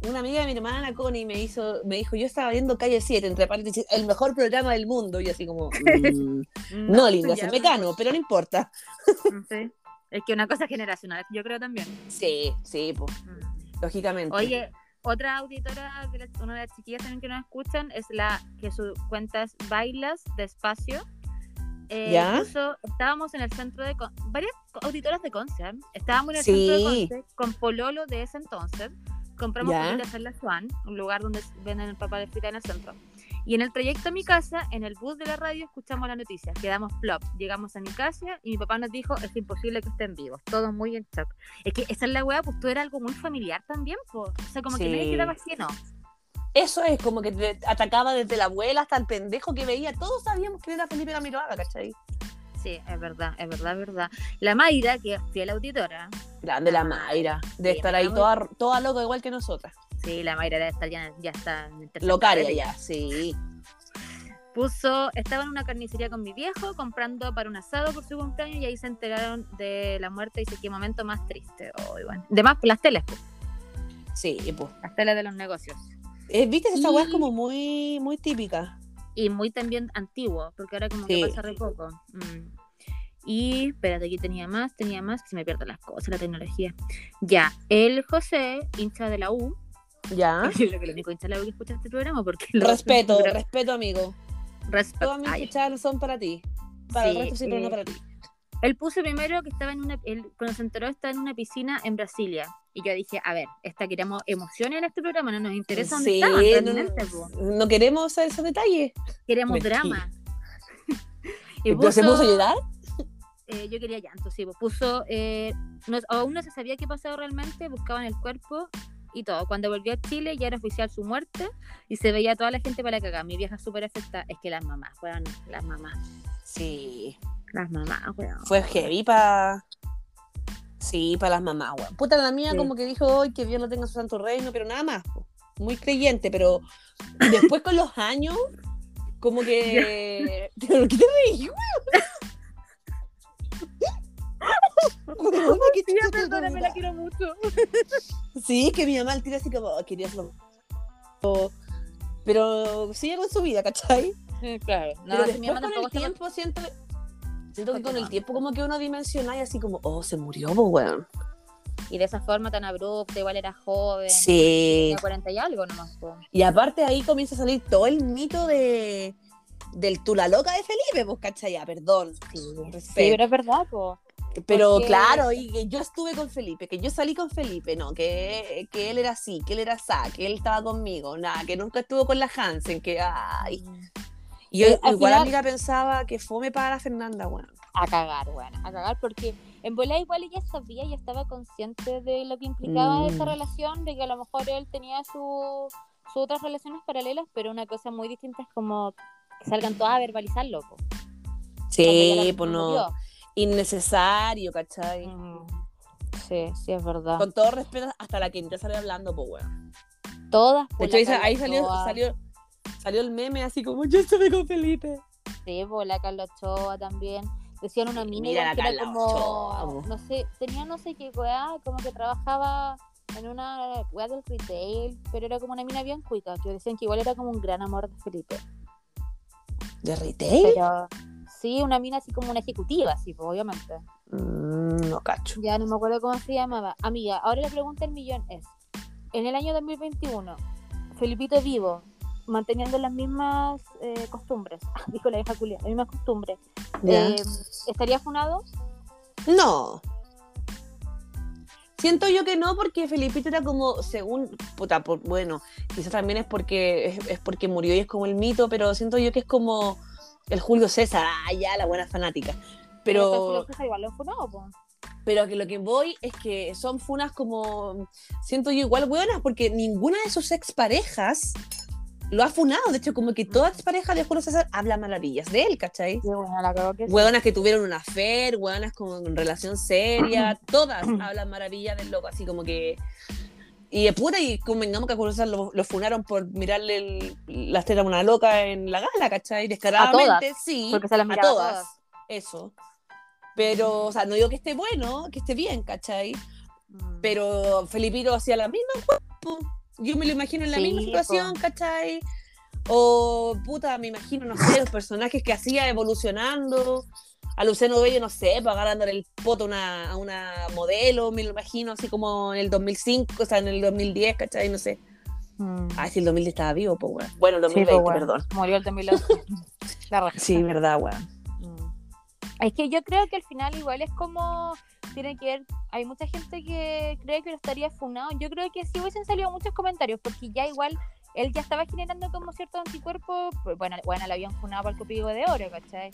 una amiga de mi hermana, la Connie, me, hizo, me dijo, yo estaba viendo Calle 7, entre paréntesis, el mejor programa del mundo. Y así como, mm, no, linda,
ya,
se me cano, pero no importa.
Sí. Es que una cosa generacional, yo creo también. Mm.
Sí, sí, pues, lógicamente.
Oye, otra auditora, de la- una de las chiquillas también que nos escuchan, es la que su cuenta es Bailas Despacio. Eh,
¿Ya?
incluso estábamos en el centro de... con- Varias co- auditoras de Concert. Estábamos en el
Sí.
centro de Concert con Pololo de ese entonces. Compramos
¿Ya?
fritas en la Swan, un lugar donde s- venden el papá de frita en el centro. Y en el trayecto a mi casa, en el bus de la radio, escuchamos las noticias. Quedamos flop. Llegamos a mi casa y mi papá nos dijo, es imposible que estén vivos. Todos muy en shock. Es que esa es la weá, pues tú era algo muy familiar también, pues. O sea, como que
Sí.
nadie quedaba lleno.
Eso es como que te atacaba desde la abuela hasta el pendejo que veía. Todos sabíamos que era Felipe Camiroaga, ¿cachai?
Sí, es verdad, es verdad, es verdad. La Mayra, que es fiel auditora,
Grande la Mayra, de
Sí,
estar ahí
me
toda, toda loca igual que nosotras.
Sí, la Mayra debe estar ya, ya está. en el tercer
Locaria
nivel.
ya, sí.
Puso, estaba en una carnicería con mi viejo comprando para un asado por su cumpleaños y ahí se enteraron de la muerte y dice qué momento más triste. Oh, bueno. Además, las teles, pues,
Sí, y pues.
las teles de los negocios.
Eh, Viste, esa weá es
Y-
como muy, muy típica.
Y muy también antiguo, porque ahora como
Sí.
que pasa re poco. Mm. Y espérate, aquí tenía más, tenía más, que se me pierden las cosas, la tecnología. Ya, el José, hincha de la U,
Ya.
que es el único hincha de la U que escucha este programa, porque... lo-
¿Ah? Respeto,
pero-
respeto, amigo.
respeto.
Todas mis
Ay.
fichas son para ti. Para
Sí,
el resto sí, pero
eh,
no para ti.
Él puso primero que estaba en una, él, cuando se enteró estaba en una piscina en Brasilia. Y yo dije, a ver, esta queremos emociones en este programa, no nos interesa dónde
Sí,
estaban
no,
realmente, po.
no queremos saber esos detalles.
queremos
Mentira.
drama. y
Entonces se puso a llorar.
eh, yo quería llanto, sí, pues, puso, eh, no- aún no se sabía qué pasaba realmente, buscaban el cuerpo y todo. Cuando volvió a Chile ya era oficial su muerte y se veía a toda la gente para cagar. Mi vieja súper afectada, es que las mamás, weón, las mamás,
Sí.
las mamás, weón.
Fue heavy para. Sí, para las mamás, weón. Puta, la mía
Sí.
como que dijo hoy que Dios lo tenga en su santo reino, pero nada más. po. Muy creyente, pero después con los años, como que. ¿Pero qué te reí, weón? Weona, ¿qué te-
Tía, perdóname, la quiero mucho.
Sí, que mi mamá al tiro así como, "Oh, quería hacerlo. O- Pero sigue con su vida, ¿cachai?
claro.
pero
si mi
después con
mamá tampoco
el
está-
tiempo siento, siento que
Porque
con
no.
el tiempo como que uno dimensiona y así como, oh, se murió, pues, weón.
Y de esa forma tan abrupta, igual era joven.
Sí.
Tenía 40 y algo nomás. po.
Y aparte ahí comienza a salir todo el mito de del Tula Loca de Felipe, pues, ¿cachai? Ya, perdón.
Sí,
Respeto.
pero es verdad, po.
Pero
Porque-
claro, y que yo estuve con Felipe, que yo salí con Felipe, no, que, que él era así, que él era asá, que él estaba conmigo, nada, que nunca estuvo con la Hansen, que ay.
Mm.
Y yo
Pero Eh, al
igual
final-
amiga pensaba que fome para la Fernanda, weón.
A cagar, bueno, a cagar, porque en volada igual ella sabía y estaba consciente de lo que implicaba
Mm.
esa relación, de que a lo mejor él tenía su- sus otras relaciones paralelas, pero una cosa muy distinta es como que salgan todas a verbalizar, loco.
Sí, pues no. Innecesario, ¿cachai?
Sí, sí, es verdad.
Con todo respeto, hasta la quinta sale hablando, pues weón.
todas.
De
pues,
hecho, ahí,
la
sa- ahí salió,
Carla Ochoa.
salió, salió el meme así como yo estuve con Felipe.
Sí, po, la Carla Ochoa también. Decían una mina
mira
igual
la
que era
Carla
como.
Ochoa, po.
No sé, tenía no sé qué weá, como que trabajaba en una weá del retail, pero era como una mina bien cuica, que decían que igual era como un gran amor de Felipe.
¿De retail?
Pero sí, una mina así como una ejecutiva, así, po, obviamente.
Mm, no cacho.
Ya no me acuerdo cómo se llamaba. Amiga, ahora la pregunta del millón es: en el año 2021, Felipito vivo, manteniendo las mismas eh, costumbres, dijo la vieja Julia, las mismas costumbres.
Ya.
Eh, ¿Estaría funado?
No. Siento yo que no, porque Felipito era como, según, puta, por- bueno, quizás también es porque es, es porque murió y es como el mito, pero siento yo que es como el Julio César, ah, ya, la buena fanática.
Pero
Pero,
Julio César igual lo funado, po.
pero que lo que voy es que son funas como, siento yo igual buenas, porque ninguna de sus exparejas lo ha funado. De hecho, como que toda expareja de Julio César habla maravillas de él, ¿cachai?
Sí, bueno, la cagó que sí.
Hueonas que tuvieron una affair, hueonas con relación seria, todas hablan maravillas del loco, así como que. Y de pura, y convengamos que a Julio César lo, lo funaron por mirarle el- las tetas a una loca en la gala, ¿cachai? Descaradamente, sí.
Porque se las
a
miraba a
todas.
todas.
Eso. Pero, o sea, no digo que esté bueno, que esté bien, ¿cachai?
Mm.
Pero Felipito hacía la misma cuerpo. Yo me lo imagino en la
Sí,
misma situación, ¿cachai? O puta, me imagino, no sé, los personajes que hacía evolucionando. A Luciano Bello, no sé, para agarrándole el poto a una, a una modelo, me lo imagino, así como en el 2005, o sea, en el 2010, ¿cachai? No sé.
Mm.
Ah, si el 2010 estaba vivo, pues, weón. Bueno, el
Sí,
2020,
pues, bueno,
perdón.
Murió el 2011. la raja.
Sí, verdad, weón.
Mm. Es que yo creo que al final igual es como tiene que ver, hay mucha gente que cree que lo estaría funado. Yo creo que sí hubiesen salido muchos comentarios, porque ya igual él ya estaba generando como cierto anticuerpo, pues, bueno, bueno, lo habían funado para el copigo de oro, ¿cachai?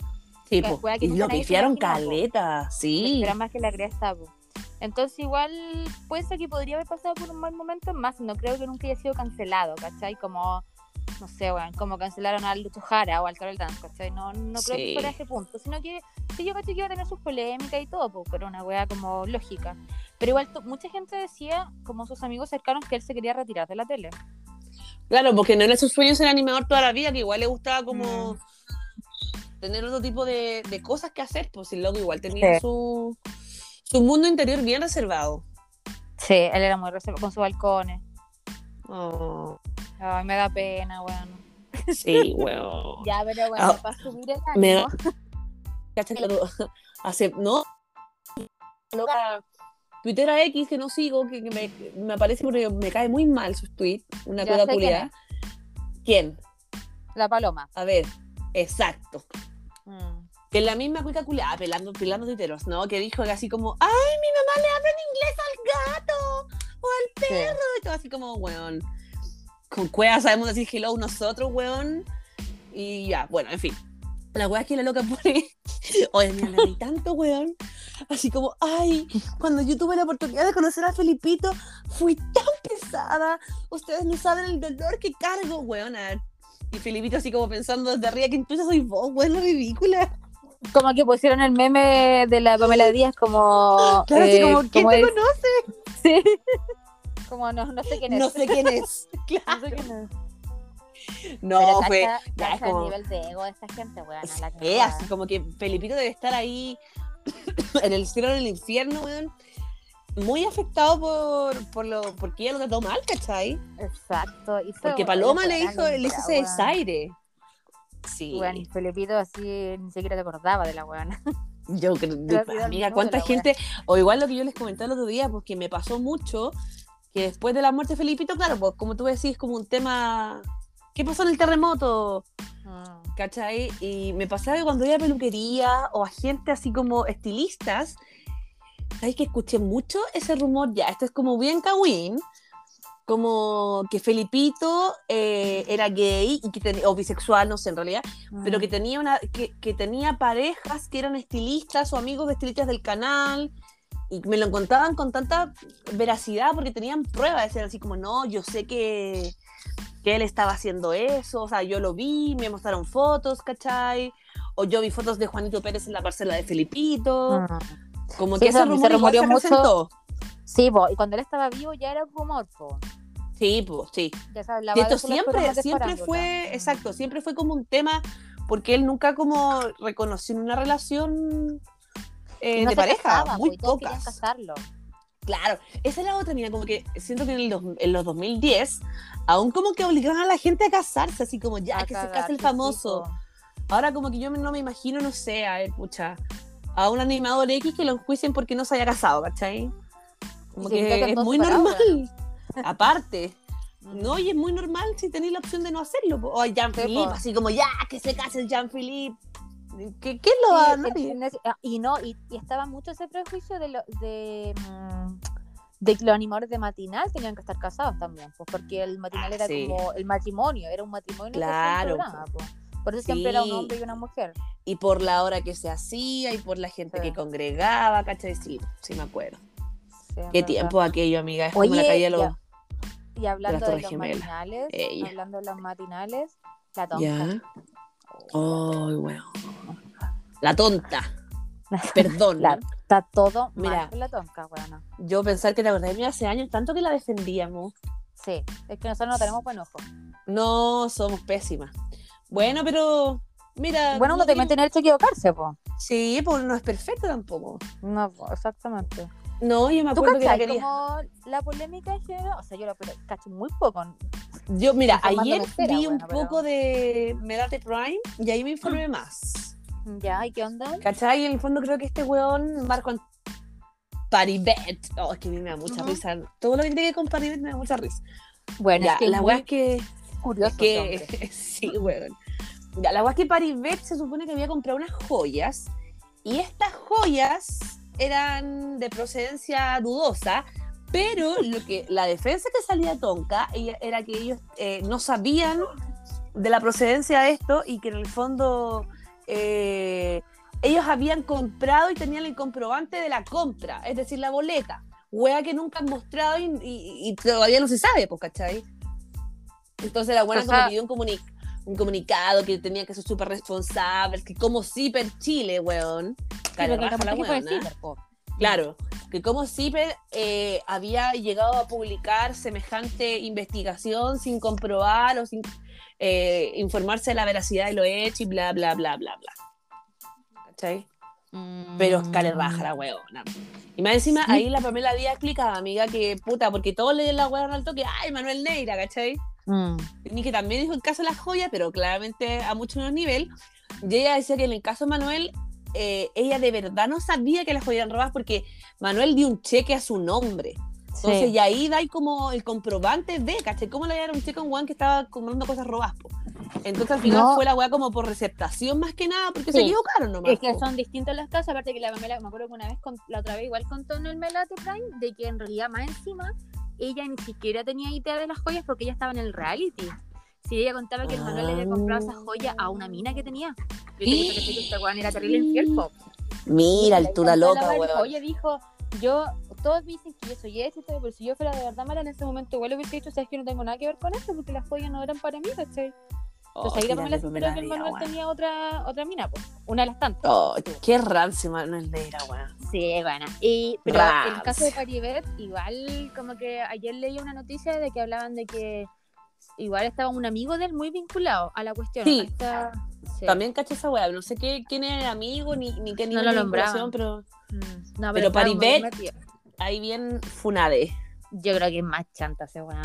Sí, pues.
Que
po.
fue aquí
Y lo
nadie se
pifiaron
imaginaba, po.
caleta, sí.
Pero más que la crea está, po. Entonces igual pienso que podría haber pasado por un mal momento más, no creo que nunca haya sido cancelado, ¿cachai? Como, no sé, weón, como cancelaron a Lucho Jara o al Carol Dance, ¿cachai? No, no creo
Sí.
que fuera a ese punto, sino que sí yo caché que iba a tener sus polémicas y todo, po, pero una wea como lógica. Pero igual to- mucha gente decía, como sus amigos cercanos, que él se quería retirar de la tele.
Claro, porque no era su sueño ser animador toda la vida, que igual le gustaba como tener otro tipo de, de cosas que hacer, pues el loco igual tenía
Sí.
su, su mundo interior bien reservado.
Sí, él era muy reservado con sus balcones.
Oh,
Ay, me da pena, weón.
sí, weón.
Ya, pero bueno,
Ah,
para subir el
me
ánimo.
Cacha que lo- hace, no, loca, Twitter X que no sigo, que, que me, me aparece porque me cae muy mal sus tweets, una
Ya
cosa
sé quién
culiada. ¿Quién?
La paloma.
A ver, exacto.
Mm.
Que la misma cuica culiada, apelando, pelando tuiteros, ¿no? Que dijo que así como, ¡ay, mi mamá le habla en inglés al gato! O al perro,
Sí.
y todo así como, weón. Con cueva sabemos decir hello nosotros, weón. Y ya, bueno, en fin. La weá es que la loca pone, oye, mira, me reí tanto, weón. Así como, ay, cuando yo tuve la oportunidad de conocer a Felipito, fui tan pesada. Ustedes no saben el dolor que cargo, weón. Y Felipito así como pensando desde arriba que entonces soy vos, weón, la ridícula.
Como que pusieron el meme de la Pamela Díaz como.
Claro, así
eh,
como, ¿quién te
es-
conoce?
Sí. Como no, no sé quién es.
No sé quién es.
No sé quién es.
No,
Pero
fue
cacha-
ya,
cacha
como-
el nivel de ego de esta gente, weón. a
fea,
la cagada.
así como que Felipito debe estar ahí en el cielo del infierno, weón. Muy afectado por, por lo porque ella lo trató mal, ¿cachai?
Exacto. hizo-
Porque Paloma le
weón,
dijo, le hizo ese
weón.
desaire. Sí,
Weón, y Felipito así ni siquiera te acordaba de la weona.
yo creo,
Pero ha sido el
amiga,
minuto,
cuánta
la wea.
gente, o igual lo que yo les comentaba el otro día, porque me pasó mucho que después de la muerte de Felipito, claro, pues como tú decís, como un tema, ¿qué pasó en el terremoto?
Mm.
¿cachai? Y me pasaba que cuando iba a peluquería o a gente así como estilistas, ¿sabéis que escuché mucho ese rumor? Ya, esto es como bien cagüín, como que Felipito eh, era gay y que tenía- o bisexual, no sé, en realidad, pero que tenía, una, que, que tenía parejas que eran estilistas o amigos de estilistas del canal. Y me lo contaban con tanta veracidad porque tenían pruebas. Decían así como, no, yo sé que, que él estaba haciendo eso. O sea, yo lo vi, me mostraron fotos, ¿cachai? O yo vi fotos de Juanito Pérez en la parcela de Felipito.
Mm.
Como
Sí,
que
eso
ese
se
rumor igual
rumoreó
se
mucho.
presentó.
Sí, po, y cuando él estaba vivo ya era rumor, po.
Sí, pues, sí.
Ya se hablaba
Y
de
esto
eso en los programas
siempre,
de
siempre
farándula.
fue,
Mm.
exacto, siempre fue como un tema, porque él nunca como reconoció una relación eh,
Y no
de
se
pareja,
casaba, po,
muy
y todos querían
pocas.
casarlo.
Claro, esa es la otra, mira, como que siento que en, el dos- en los 2010 aún como que obligaban a la gente a casarse, así como ya,
A
que se
cagar,
case el
sí,
famoso.
po.
Ahora como que yo no me imagino, no sé, a ver, pucha, a un animador X que lo enjuicien porque no se haya casado, ¿cachai? Como
Y que creo
que
que
es
todos
muy
separados,
normal. Aparte.
Mm.
No, y es muy normal si tenéis la opción de no hacerlo. po. O a Jean-Philippe,
po.
así como ya, que se case el Jean-Philippe. ¿Qué, qué lo
Sí,
va a
en-
nadie?
en ese- ah, y no, y, y estaba mucho ese prejuicio de, lo, de, mm, de que los animadores de matinal tenían que estar casados también, pues porque el matinal
Ah,
era
sí.
como el matrimonio, era un matrimonio. que hacía el
Claro,
programa, pues. Por eso siempre era un
Sí.
hombre y una mujer.
Y por la hora que se hacía y por la gente
Sí.
que congregaba, ¿cachai? Sí, sí me acuerdo.
Sí, es
Qué
verdad.
tiempo aquello, amiga. Es como
Oye,
la calle de los...
ya. Y hablando de,
Torres
los
Gemelas.
matinales,
Ella.
hablando de los matinales, la tonta.
Ya. Oh, bueno. La tonta. Perdón.
La- está todo
Mira.
mal con la tonca, bueno.
Yo pensar que te acordás de mí hace años, tanto que la defendíamos.
Sí, es que nosotros no tenemos buen ojo.
No, somos pésimas. Bueno, pero... Mira,
Bueno, uno
Ah, no
también
queremos-
tiene derecho a equivocarse, pues.
Sí, pues no es perfecto tampoco.
No, po, exactamente.
No, yo me
¿Tú
acuerdo que la
cachai
quería.
como la polémica en general? O sea, yo la pole- cacho muy poco.
Yo, mira,
Informando
ayer
mentira,
vi un
bueno, pero- Mm.
poco de Melate Prime y ahí me informé más.
Ya, ¿y qué onda?
¿Cachai? En el fondo creo que este weón, Marco Ant- Paribet. Oh, es que a mí me da mucha
Ujú.
risa. Todo lo que tiene que con Paribet me da mucha risa.
Bueno,
Ya,
es que
la
es
weá es
muy
que.
curioso.
es
ese hombre.
que sí, weón. Ya, la weá es que Paribet se supone que había comprado unas joyas Y estas joyas eran de procedencia dudosa, pero lo que, la defensa que salía Tonka ella- era que ellos eh, no sabían de la procedencia de esto y que en el fondo eh, ellos habían comprado y tenían el comprobante de la compra, es decir, la boleta. Wea que nunca han mostrado y, y- y todavía no se sabe, pues, ¿cachai? Entonces la buena
O
como
sea-
pidió un, comuni- un comunicado que tenía que ser súper responsable, que como Zipper Chile, weón.
Pero que
Cara,
capaz
la
que fue
weona.
ciber, po.
Claro, que como CIPER eh, había llegado a publicar semejante investigación sin comprobar o sin eh, informarse de la veracidad de lo hecho y bla, bla, bla, bla, bla. ¿Cachai?
Mm.
Pero es cara baja la weona. Y más encima,
Sí.
ahí la Pamela Díaz clicaba, amiga, que puta, porque todos le dieron la weona al toque, ¡ay, Manuel Neira, ¿cachai?
Mm.
Ni que también dijo el caso de la joya, pero claramente a mucho menos nivel. Y ella decía que en el caso de Manuel, eh, ella de verdad no sabía que las joyas eran robadas porque Manuel dio un cheque a su nombre. Entonces,
Sí.
y ahí da ahí como el comprobante de, ¿cachai? ¿Cómo le dieron un cheque a un guan que estaba comprando cosas robadas? po? Entonces, al final
No.
fue la weá como por receptación más que nada, porque se
Sí.
equivocaron nomás.
Es que
po.
son distintos los casos, aparte que la Pamela, me acuerdo que una vez, con- la otra vez igual contó en el Melate Prime, de que en realidad más encima, ella ni siquiera tenía idea de las joyas porque ella estaba en el reality. Si ella contaba que el Manuel le había comprado esa joya a una mina que tenía. Yo te que esta weón era terrible infiel, po.
Mira,
Y
altura
ahí contó
loca,
la weá, dijo,
weón.
Oye, dijo, yo, todos dicen que yo soy este, todo, pero si yo fuera de verdad mala en ese momento, igual lo hubiese dicho, sabes que no tengo nada que ver con esto, porque las joyas no eran para mí, ¿cachai?
Oh,
Entonces ahí la Pamela se enteró que el Manuel tenía otra, otra mina, pues, una de las tantas.
Oh, qué rancio Manuel Neira, weón.
Sí, bueno. Y, pero
Rams.
el caso de Paribet, igual como que ayer leí una noticia de que hablaban de que igual estaba un amigo de él muy vinculado a la cuestión.
Sí.
a esta- sí.
También caché esa weá, no sé qué, quién era el amigo ni, ni qué
No
nivel
lo
de
nombraban.
vinculación, pero
Mm, No,
Pero
estaba muy
Paribet-
metido.
ahí bien Funade.
Yo creo que es más chanta ese weón.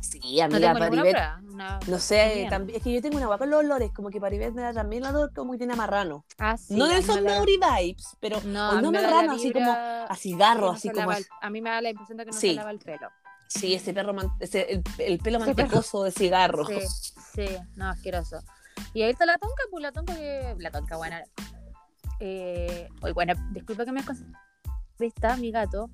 Sí,
No
amiga,
tengo ninguna
Paribet.
prueba. una-
No sé,
Bien.
también, es que yo tengo una guapa con los olores, como que Paribet me da también el olor como que tiene a marrano.
Ah, sí,
no
a
de
mí me
son
da-
Mauri vibes, pero
No,
o
a mí
no
me da la
marrano, así como
vibra
a
que
cigarro,
no
así
se
como.
lava el- A mí me da la impresión de que no
Sí.
se lava el pelo.
Sí, ese perro, man- ese- el, el pelo
Ese perro.
mantecoso de cigarro.
Sí, sí, no, asqueroso. Y ahí está la tonca, pues la tonca que. La tonca, bueno. Eh, oye, bueno, disculpa que me desconcentre. Está mi gato.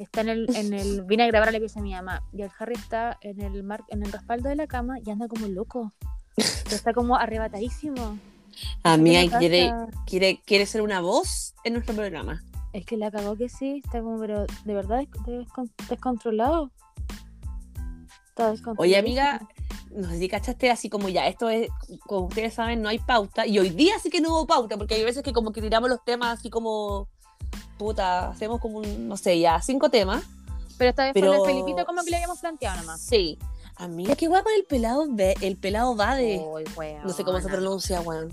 Está en el, en el. Vine a grabar a la pieza de mi mamá. Y el Harry está en el mar, en el respaldo de la cama y anda como loco. Pero Está como arrebatadísimo. ¿Qué
Amiga,
le
quiere,
pasa?
quiere, quiere ser una voz en nuestro programa.
Es que la cagó que sí. Está como, pero de verdad des- descon- descontrolado. Está descontrolado.
Oye, amiga, no sé si cachaste así como ya, esto es, como ustedes saben, no hay pauta. Y hoy día sí que no hubo pauta, porque hay veces que como que tiramos los temas así como, puta, hacemos como, un, no sé, ya cinco temas.
Pero esta vez
pero-
fue el Felipito como que le habíamos planteado nomás.
Sí. Amiga, qué guapo el pelado, ve- el pelado va de...
Uy,
no sé cómo se
weona.
pronuncia, weón.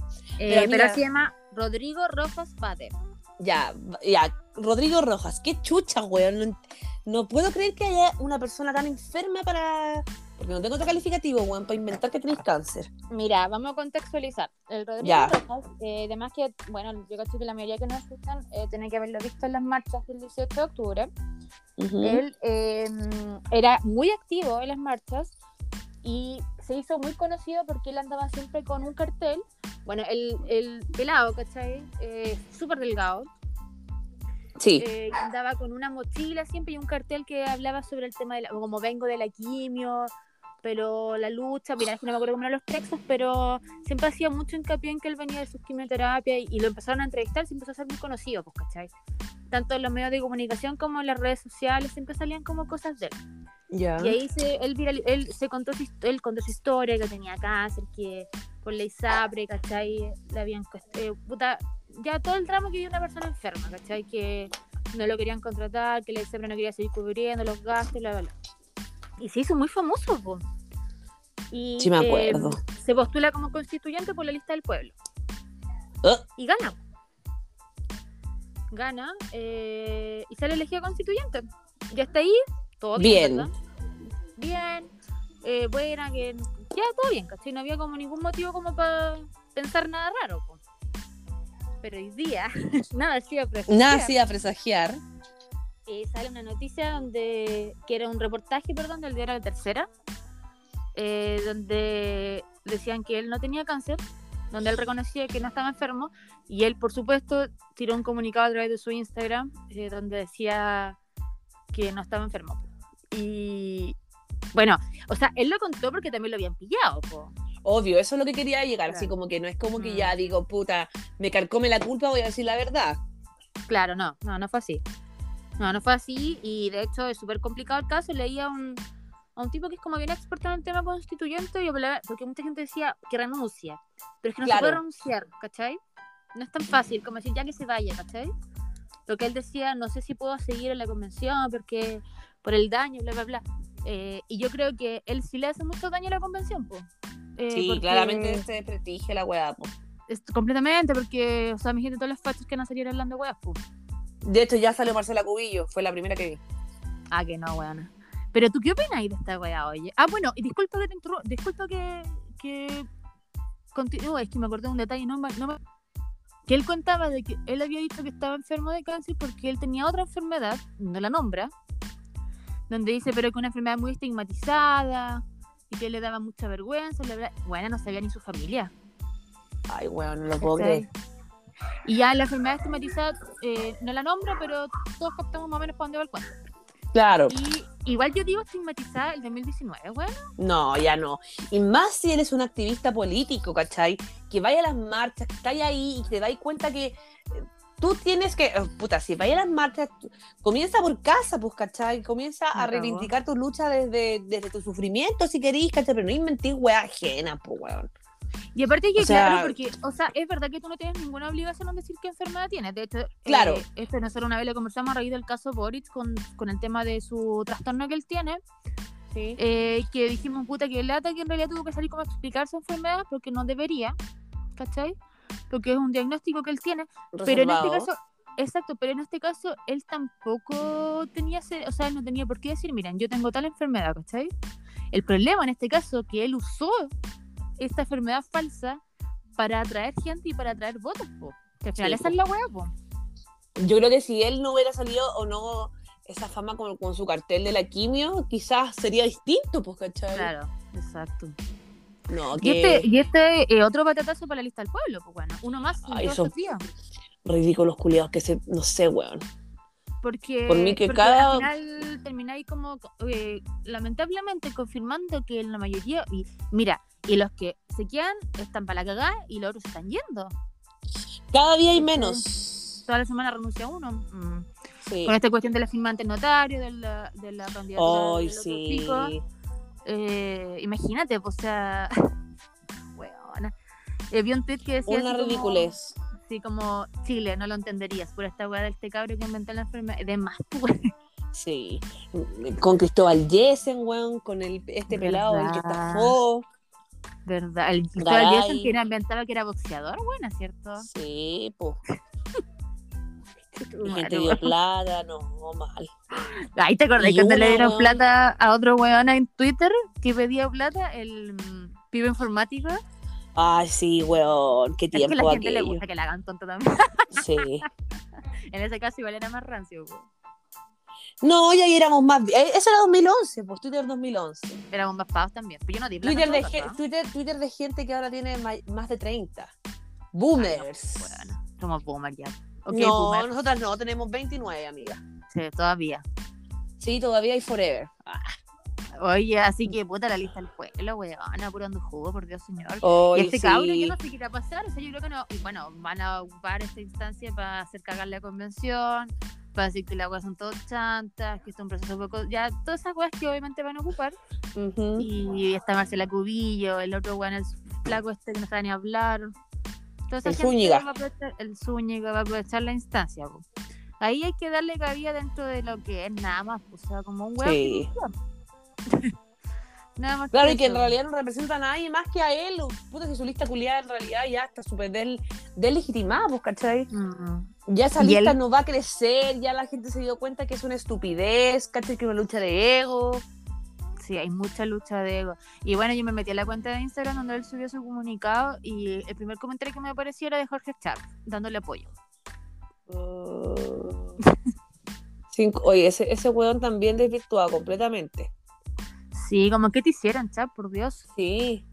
Pero,
Eh, pero,
amiga-
se llama Rodrigo Rojas Pate.
Ya, ya, Rodrigo Rojas, qué chucha, weón. No, ent- no puedo creer que haya una persona tan enferma para... Porque no tengo otro calificativo, weón, para inventar que tenéis cáncer.
Mira, vamos a contextuadizar. El Rodrigo
Ya.
Rojas, eh, además que, bueno, yo creo que la mayoría que nos escuchan eh, tienen que haberlo visto en las marchas del 18 de octubre.
Ujú.
Él eh, era muy activo en las marchas y se hizo muy conocido porque él andaba siempre con un cartel. Bueno, el, el pelado, ¿cachai? Eh, Súper delgado.
Sí.
eh, que andaba con una mochila siempre y un cartel que hablaba sobre el tema de la- como vengo de la quimio, pero la lucha, mira, es que no me acuerdo cómo eran los textos, pero siempre hacía mucho hincapié en que él venía de sus quimioterapias y, y lo empezaron a entrevistar, se empezó a ser muy conocido, pues, ¿cachai? Tanto en los medios de comunicación como en las redes sociales, siempre salían como cosas de él.
ya.
Y ahí se, él, viral- él se contó su, hist- él contó su historia, que tenía cáncer, que por la ISAPRE, ¿cachai? Le habían... cuest- eh, puta, ya todo el tramo que vive una persona enferma, ¿cachai? Que no lo querían contratar, que la ISAPRE no quería seguir cubriendo los gastos, bla, bla, bla. Y se hizo muy famoso, po. Y,
Sí me
eh,
acuerdo.
se postula como constituyente por la lista del pueblo.
Ah.
Y gana. Gana eh, y sale elegido constituyente. Ya está ahí, todo bien.
Bien.
¿verdad? Bien, eh, buena, que ya todo bien, ¿cachai? No había como ningún motivo como para pensar nada raro. po. Pero hoy día, nada, sí,
Nada así a presagiar.
eh, sale una noticia donde que era un reportaje perdón del diario La Tercera eh, donde decían que él no tenía cáncer donde él reconocía que no estaba enfermo y él, por supuesto, tiró un comunicado a través de su Instagram eh, donde decía que no estaba enfermo. Y bueno, o sea, él lo contó porque también lo habían pillado. po.
Obvio, eso es lo que quería llegar, así
Claro.
como que no es como que
Mm.
ya digo, puta, me carcome la culpa, voy a decir la verdad.
Claro, no, no, no fue así. No, no fue así y de hecho es súper complicado el caso. Leía a un, a un tipo que es como bien experto en el tema constituyente y hablaba- porque mucha gente decía que renuncia, pero es que no
Claro.
se puede renunciar, ¿cachai? No es tan fácil como decir ya que se vaya, ¿cachai? Lo que él decía, no sé si puedo seguir en la convención porque por el daño, bla, bla, bla. Eh, y yo creo que él sí le hace mucho daño a la convención, pues.
Sí, claramente se desprestige la weá. po.
completamente, porque, o sea, mi gente, todos los fachos que van a salir hablando, weas, pues.
De hecho, ya salió Marcela Cubillo, fue la primera que vi.
Ah, que no, weón. Pero tú qué opinas de esta weá, oye. Ah, bueno, y disculpa que te interru- disculpa que, que continúe, es que me acordé de un detalle, no, me- no me- que él contaba de que él había dicho que estaba enfermo de cáncer porque él tenía otra enfermedad, no la nombra, donde dice pero que una enfermedad muy estigmatizada y que le daba mucha vergüenza, bla, bla. Bueno, no sabía ni su familia.
Ay, weón, no lo puedo
¿cachai?
creer.
Y ya la enfermedad estigmatizada eh, no la nombra, pero todos captamos más o menos para dónde va el cuento.
Claro,
Y igual yo digo estigmatizada el 2019, weón.
no, ya no. Y más si eres un activista político, ¿cachai? Que vaya a las marchas, que estáis ahí y te dais cuenta que eh, tú tienes que. oh, puta, si vaya a las marchas, tú- comienza por casa, pues, ¿cachai? Comienza
Me
a
cagó.
reivindicar tu lucha desde, desde tu sufrimiento, si querís, ¿cachai? Pero no inventís weá ajena, pues, weón.
Y aparte que,
O sea-
claro, porque, o sea, es verdad que tú no tienes ninguna obligación en decir qué enfermedad tienes. De hecho, eh,
Claro.
esto nosotros una vez lo conversamos a raíz del caso Boric con, con el tema de su trastorno que él tiene,
Sí.
eh, que dijimos, puta, que el lata que en realidad tuvo que salir como a explicar su enfermedad porque no debería, ¿cachai? Porque es un diagnóstico que él tiene. Pero en este caso, exacto, pero en este caso él tampoco tenía, se- o sea, él no tenía por qué decir, miren, yo tengo tal enfermedad, ¿cachai? El problema en este caso que él usó esta enfermedad falsa para atraer gente y para atraer votos, po. Que al final
Sí,
esa es la hueá, po.
Yo creo que si él no hubiera salido o no esa fama con, con su cartel de la quimio, quizás sería distinto, pues, ¿cachai?
Claro, exacto.
No,
Y
que
este, y este eh, otro patatazo para la lista del pueblo, pues bueno, uno más en
Ay,
todos
son-
estos días.
ridículos culiados que se, no sé, weón.
Porque,
Por mí que
porque
cada-
al final termináis como eh, lamentablemente confirmando que la mayoría y mira, y los que se quedan están para la cagada y los otros se están yendo.
Cada día hay menos.
Toda la semana renuncia uno. Mm.
Sí.
Con esta cuestión de la firma ante el notario, de la, de la candidatura
Ay,
del otro
sí.
chico. Eh, imagínate, pues, o sea, weona. Eh, vi un tweet que decía
Una
así como-
ridiculez.
Sí, como Chile, no lo entenderías por esta weá de este cabro que inventó la enfermedad. De más, pues.
Sí. Con Cristóbal Yesen, weón, con el, este pelado el que
¿Verdad?
estafó.
¿Verdad? El
Garay.
Cristóbal Jensen que era- inventaba que era boxeador, bueno, ¿cierto?
Sí, pues. Y
Bueno,
gente dio plata, no, mal.
Ahí te acordás
Y
cuando le
uno,
dieron
weón.
plata a otro weón en Twitter que pedía plata, el mm, pibe informático.
Ay, sí, weón, qué
Es
tiempo
que la gente le
aquello.
gusta que la hagan tonta también.
Sí.
En ese caso igual era más rancio. po.
No, ya ahí éramos más. eh, Eso era 2011, pues Twitter 2011.
Éramos más pavos también. Pero yo no di plata.
Twitter
en
de,
todo
gen-
caso, ¿eh?
Twitter, Twitter de gente que ahora tiene ma- más de 30.
Ay,
Boomers.
no, weona, Somos ¿ah? boomer ya. Ok,
no,
boomer.
nosotras no, tenemos 29, amiga.
Sí, todavía.
Sí, todavía hay forever.
Oye, así que puta la lista del pueblo, weón, apurando jugo, por Dios señor.
Hoy
Y este
sí.
cabrón yo no sé qué le va a pasar, o sea, yo creo que no, y bueno, van a ocupar esta instancia para hacer cagar la convención, para decir que las weas son todos chantas, que esto es un proceso poco, ya, todas esas weas que obviamente van a ocupar,
Ujú.
y está Marcela Cubillo, el otro weón, el flaco este que no sabe ni hablar, toda esa
El
gente
Zúñiga.
va a aprovechar- el Zúñiga va a aprovechar la instancia, po. ahí hay que darle cabida dentro de lo que es nada más, o sea, como un weón,
Sí.
nada más
Claro, y que en
eso.
realidad no representa a nadie más que a él. Puta, que su lista culiada en realidad ya está súper del, deslegitimada, pues, ¿cachai?
Mm.
Ya esa
Y él-
lista no va a crecer, ya la gente se dio cuenta que es una estupidez, ¿cachai? Que es una lucha de ego.
Sí, hay mucha lucha de ego. Y bueno, yo me metí a la cuenta de Instagram donde él subió su comunicado y el primer comentario que me apareció era de Jorge Char, dándole apoyo.
Uh, cinco- Oye, ese, ese weón también desvirtuado completamente.
Sí, como que te hicieron, Char, por Dios.
Sí.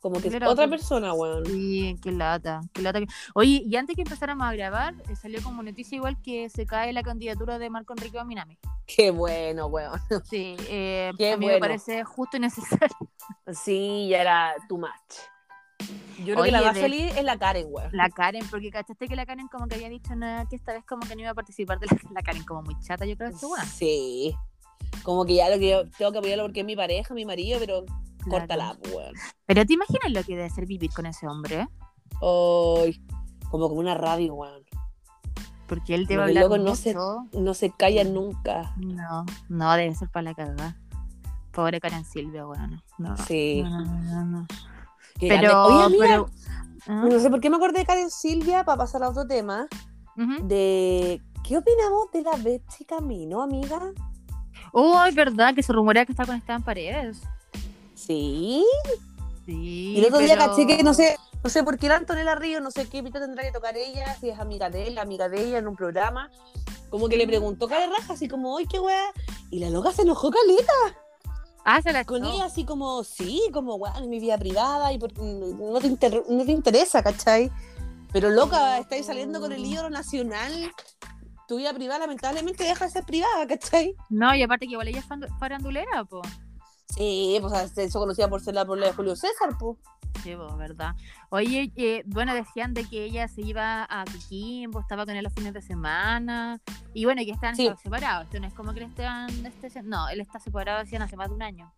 Como que es
Mira,
otra
tú-
persona, weón.
Sí, qué lata, qué lata. que- Oye, y antes que empezáramos a grabar, eh, salió como noticia igual que se cae la candidatura de Marco Enrique Minami.
Qué bueno, weón.
Sí, eh,
Qué
a mí
bueno.
me parece justo y necesario.
Sí, ya era too much. Yo creo que
Oye,
la más
de-
feliz es la Karen, weón.
La Karen, porque cachaste que la Karen como que había dicho nada, que esta vez como que no iba a participar de la, la Karen, como muy chata, yo creo que bueno.
Sí. Como que ya lo que yo tengo que apoyarlo porque es mi pareja, mi marido, pero córtala, pues, weón.
Pero te imaginas lo que debe ser vivir con ese hombre, eh?
Ay, como como una radio, weón.
porque él debe
Los
hablar
locos no se-
mucho.
No se calla
Mm.
nunca.
No, no, debe ser para la cagada. Pobre Karen Silvia, bueno. No,
Sí.
no, no, no, no.
Qué grande.
Mm. Pero,
Oye, amiga,
pero- ¿Ah?
no sé por qué me acordé de Karen Silvia para pasar a otro tema.
Ujú.
De ¿qué opinamos de la Betsy Camino, amiga?
Oh, es verdad que se rumorea que está conectada en paredes.
Sí.
Sí.
Y el otro día
pero-
caché que no sé, no sé por qué la Antonella Río, no sé qué pita tendrá que tocar ella, si es amiga de él, amiga de ella en un programa. Como que le preguntó cara de raja, así como, ¡ay, qué weá! Y la loca se enojó caleta
Ah, se la
con
echó.
ella, así como, sí, como, weá, es mi vida privada y por- no, te inter- no te interesa, ¿cachai? Pero loca, estáis saliendo con el ídolo nacional. Tu vida privada, lamentablemente, deja de ser privada, ¿cachai?
No, y aparte que igual ella es fan- farandulera, po.
Sí, pues o sea, se hizo conocida por ser la polea de Julio César, pues.
Sí, po, verdad. Oye, eh, bueno, decían de que ella se iba a Coquimbo, estaba con él los fines de semana. Y bueno, que están
Sí.
estaban separados. Esto no es como que le están. este- no, él está separado decían hace más de un año.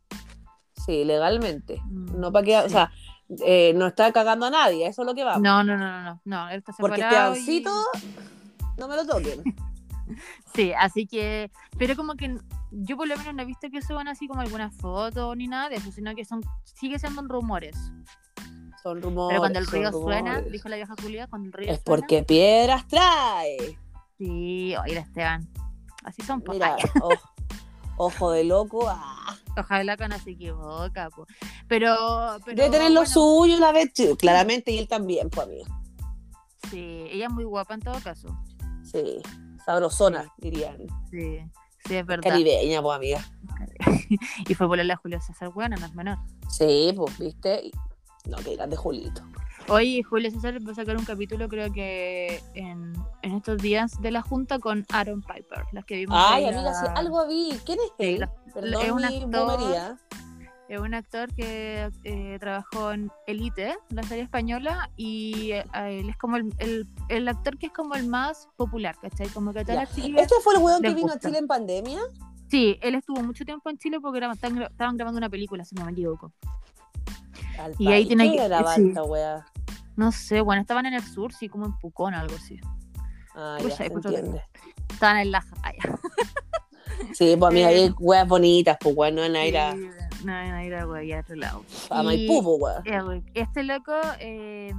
Sí, legalmente.
Mm,
No para que, o
sí.
sea, eh, no está cagando a nadie, eso es lo que va.
No, no, no, no, no, no, él está
porque
separado. y-
Estebancito, no me lo toquen.
Sí, así que, pero como que yo por lo menos no he visto que suban así como alguna foto ni nada de eso, sino que son, sigue siendo rumores.
Son rumores.
Pero cuando el
son
río suena,
rumores.
dijo la vieja Julia, cuando el río
es
suena.
porque piedras trae.
Sí, oye, Esteban. Así son, po.
Mira,
Ay,
o- ojo de loco. ah.
ojalá que no se equivoca, po. Pero, pero.
Debe tener lo
bueno,
suyo la vez, claramente, y él también, pues, amigo.
Sí, ella es muy guapa en todo caso.
Sí, sabrosona, dirían.
Sí, sí, es verdad.
Caribeña, pues, amiga.
Y fue por la Julio César, bueno, no es menor.
Sí, pues, viste. Y- No, que irás de Julito.
Hoy Julio César va a sacar un capítulo, creo que en, en estos días, de la Junta con Aaron Piper, las que vimos.
Ay,
ahí,
amiga, sí,
la-
algo vi. ¿Quién es
Sí,
él?
la-
Perdón,
es un
mi
actor.
boomería.
Es un actor que eh, trabajó en Elite, la serie española, y eh, él es como el, el- el actor que es como el más popular, ¿cachai? Como que a todas
Ya.
las chiquillas-
¿Este fue el weón que
les
vino a
gusta.
Chile en pandemia?
Sí, él estuvo mucho tiempo en Chile porque era- estaban, gra- estaban grabando una película, si no me equivoco.
Al
Y ahí
país.
tiene
¿Qué
que-
grabar
sí.
esta wea?
No sé, bueno, estaban en el sur, sí, como en Pucón, algo así.
Ah,
Pues
ya, se
ahí, pues,
entiende.
Estaban en la Jaya.
Sí, pues amiga,
Eh.
hay weas bonitas, pues weón, no van a ir a,
Sí, No, no ir a huevear a otro lado.
a
Y-
Maipú, pues weón.
Eh, güey, Este loco, eh,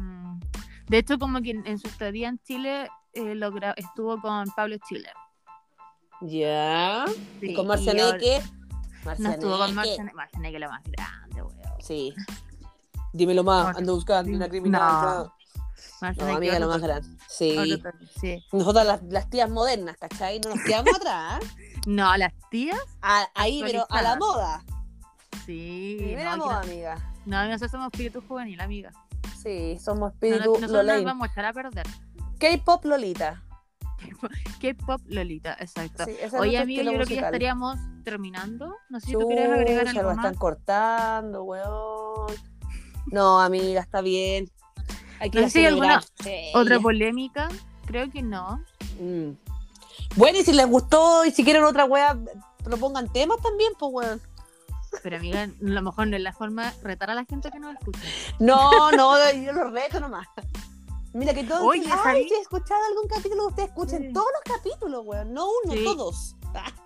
de hecho, como que en en su estadía en Chile eh, lo gra- estuvo con Pablo Chile.
Ya.
Sí,
¿Y con
ahora-
Marcianeque?
No estuvo con
Marcianeque.
Marcianeque. Marcianeque lo más grande, weón.
Sí. Dímelo más,
No,
ando buscando
dime-
una criminal.
no.
No,
Marcianeque
amiga, lo
otro-
más grande. Sí.
otro toque, sí.
Nosotras las, las tías modernas, ¿cachai? No nos quedamos atrás. ¿eh?
No, las tías,
A- ahí, pero a la
Actualizadas.
moda.
sí.
Primera
no, que
moda,
no-
amiga.
no, nosotros somos espíritu juvenil, amiga. No,
Sí, somos
no-
espíritu
nosotros no nos
Lolain.
vamos a echar a perder.
K-pop Lolita.
K-pop Lolita, exacto.
Sí, ese es
Oye,
nuestro
amiga, yo
estilo
creo que ya
musical.
estaríamos terminando. No sé si tú quieres agregar
Chucha,
algo
lo están
más.
cortando, weón. No, amiga, está bien. Hay que
No
ir
sé si
a
hay alguna
celebrar. Sí.
¿Otra polémica? Creo que no.
Mm. Bueno, y si les gustó y si quieren otra wea, propongan temas también, pues weón.
Pero amiga, a lo mejor no es la forma de retar a la gente que nos escucha.
No, no, yo los reto nomás. Mira que todos.
Oye,
dicen,
¿sabí?
Ay, si he escuchado algún capítulo, ustedes escuchen
Sí.
todos los capítulos, weón. No uno,
Sí.
todos.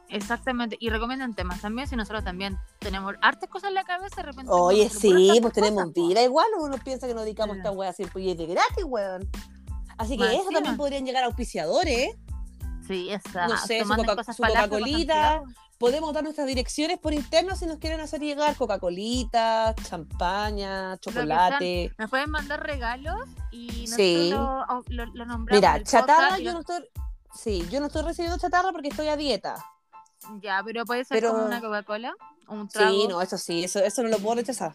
Exactamente. Y recomiendan temas también, si nosotros también tenemos hartas cosas en la cabeza, de repente.
Oye,
se nos ocurren
sí,
tantas
pues tenemos
cosas, po.
vida igual, pues, uno piensa que nos dedicamos a
Sí.
esta wea así, pues y es de gratis, weón. Así que
Más
eso también
encima.
podrían llegar auspiciadores, ¿eh?
Sí, exacto.
No sé, su
Manden
Coca-
cosas
su
para la
Coca-Colita. podemos dar nuestras direcciones por interno si nos quieren hacer llegar Coca-Colita, champaña,
que sean.
chocolate.
Nos pueden mandar regalos y nosotros
Sí.
lo, lo- lo nombramos. en
Mira,
el
chatarra
podcast y
yo
lo-
no estoy Sí, yo no estoy recibiendo chatarra porque estoy a dieta.
Ya, pero puede ser
Pero-
como una Coca-Cola, un trago.
Sí, no, eso sí, eso, eso no lo puedo rechazar.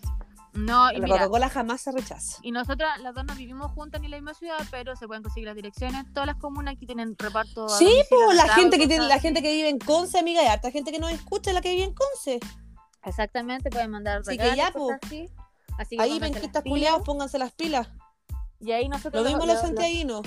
No, y
La
mira,
Coca-Cola jamás se rechaza.
y nosotras las dos no vivimos juntas ni en la misma ciudad, pero se pueden conseguir las direcciones. Todas las comunas aquí tienen reparto. a
Sí,
domicilio,
pues la
asado,
gente que
cosas
tiene, la
así.
gente que vive en Conce, amiga, y harta gente que no escucha la que vive en Conce.
Exactamente, pueden mandar
Así que
regalos,
ya, pues.
cosas así. Así que
Ahí
pónganse las
penquistas
pilas.
culiados, pónganse las pilas.
Y ahí nosotros
Lo mismo los
lo-
santiaguinos.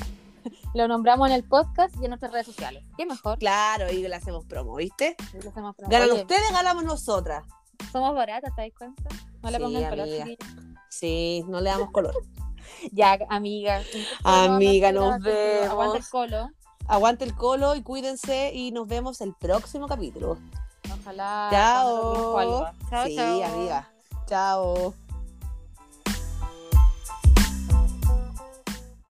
lo nombramos en el podcast y en nuestras redes sociales. Qué mejor.
Claro, y le hacemos promo, ¿viste?
Lo hacemos pronto.
Ganan
Oye,
ustedes, ganamos nosotras.
Somos baratas, ¿te das cuenta? No le
Sí,
pongan color.
amiga.
chiquillos.
Sí, no le damos color.
Ya, amiga.
Amiga,
Vamos a
nos
hacer-
vemos.
Aguanta el colo.
Aguante el colo y cuídense y nos vemos el próximo capítulo.
Ojalá.
Chao.
cuando nos dijo algo. Chao,
sí,
chao.
amiga. Chao.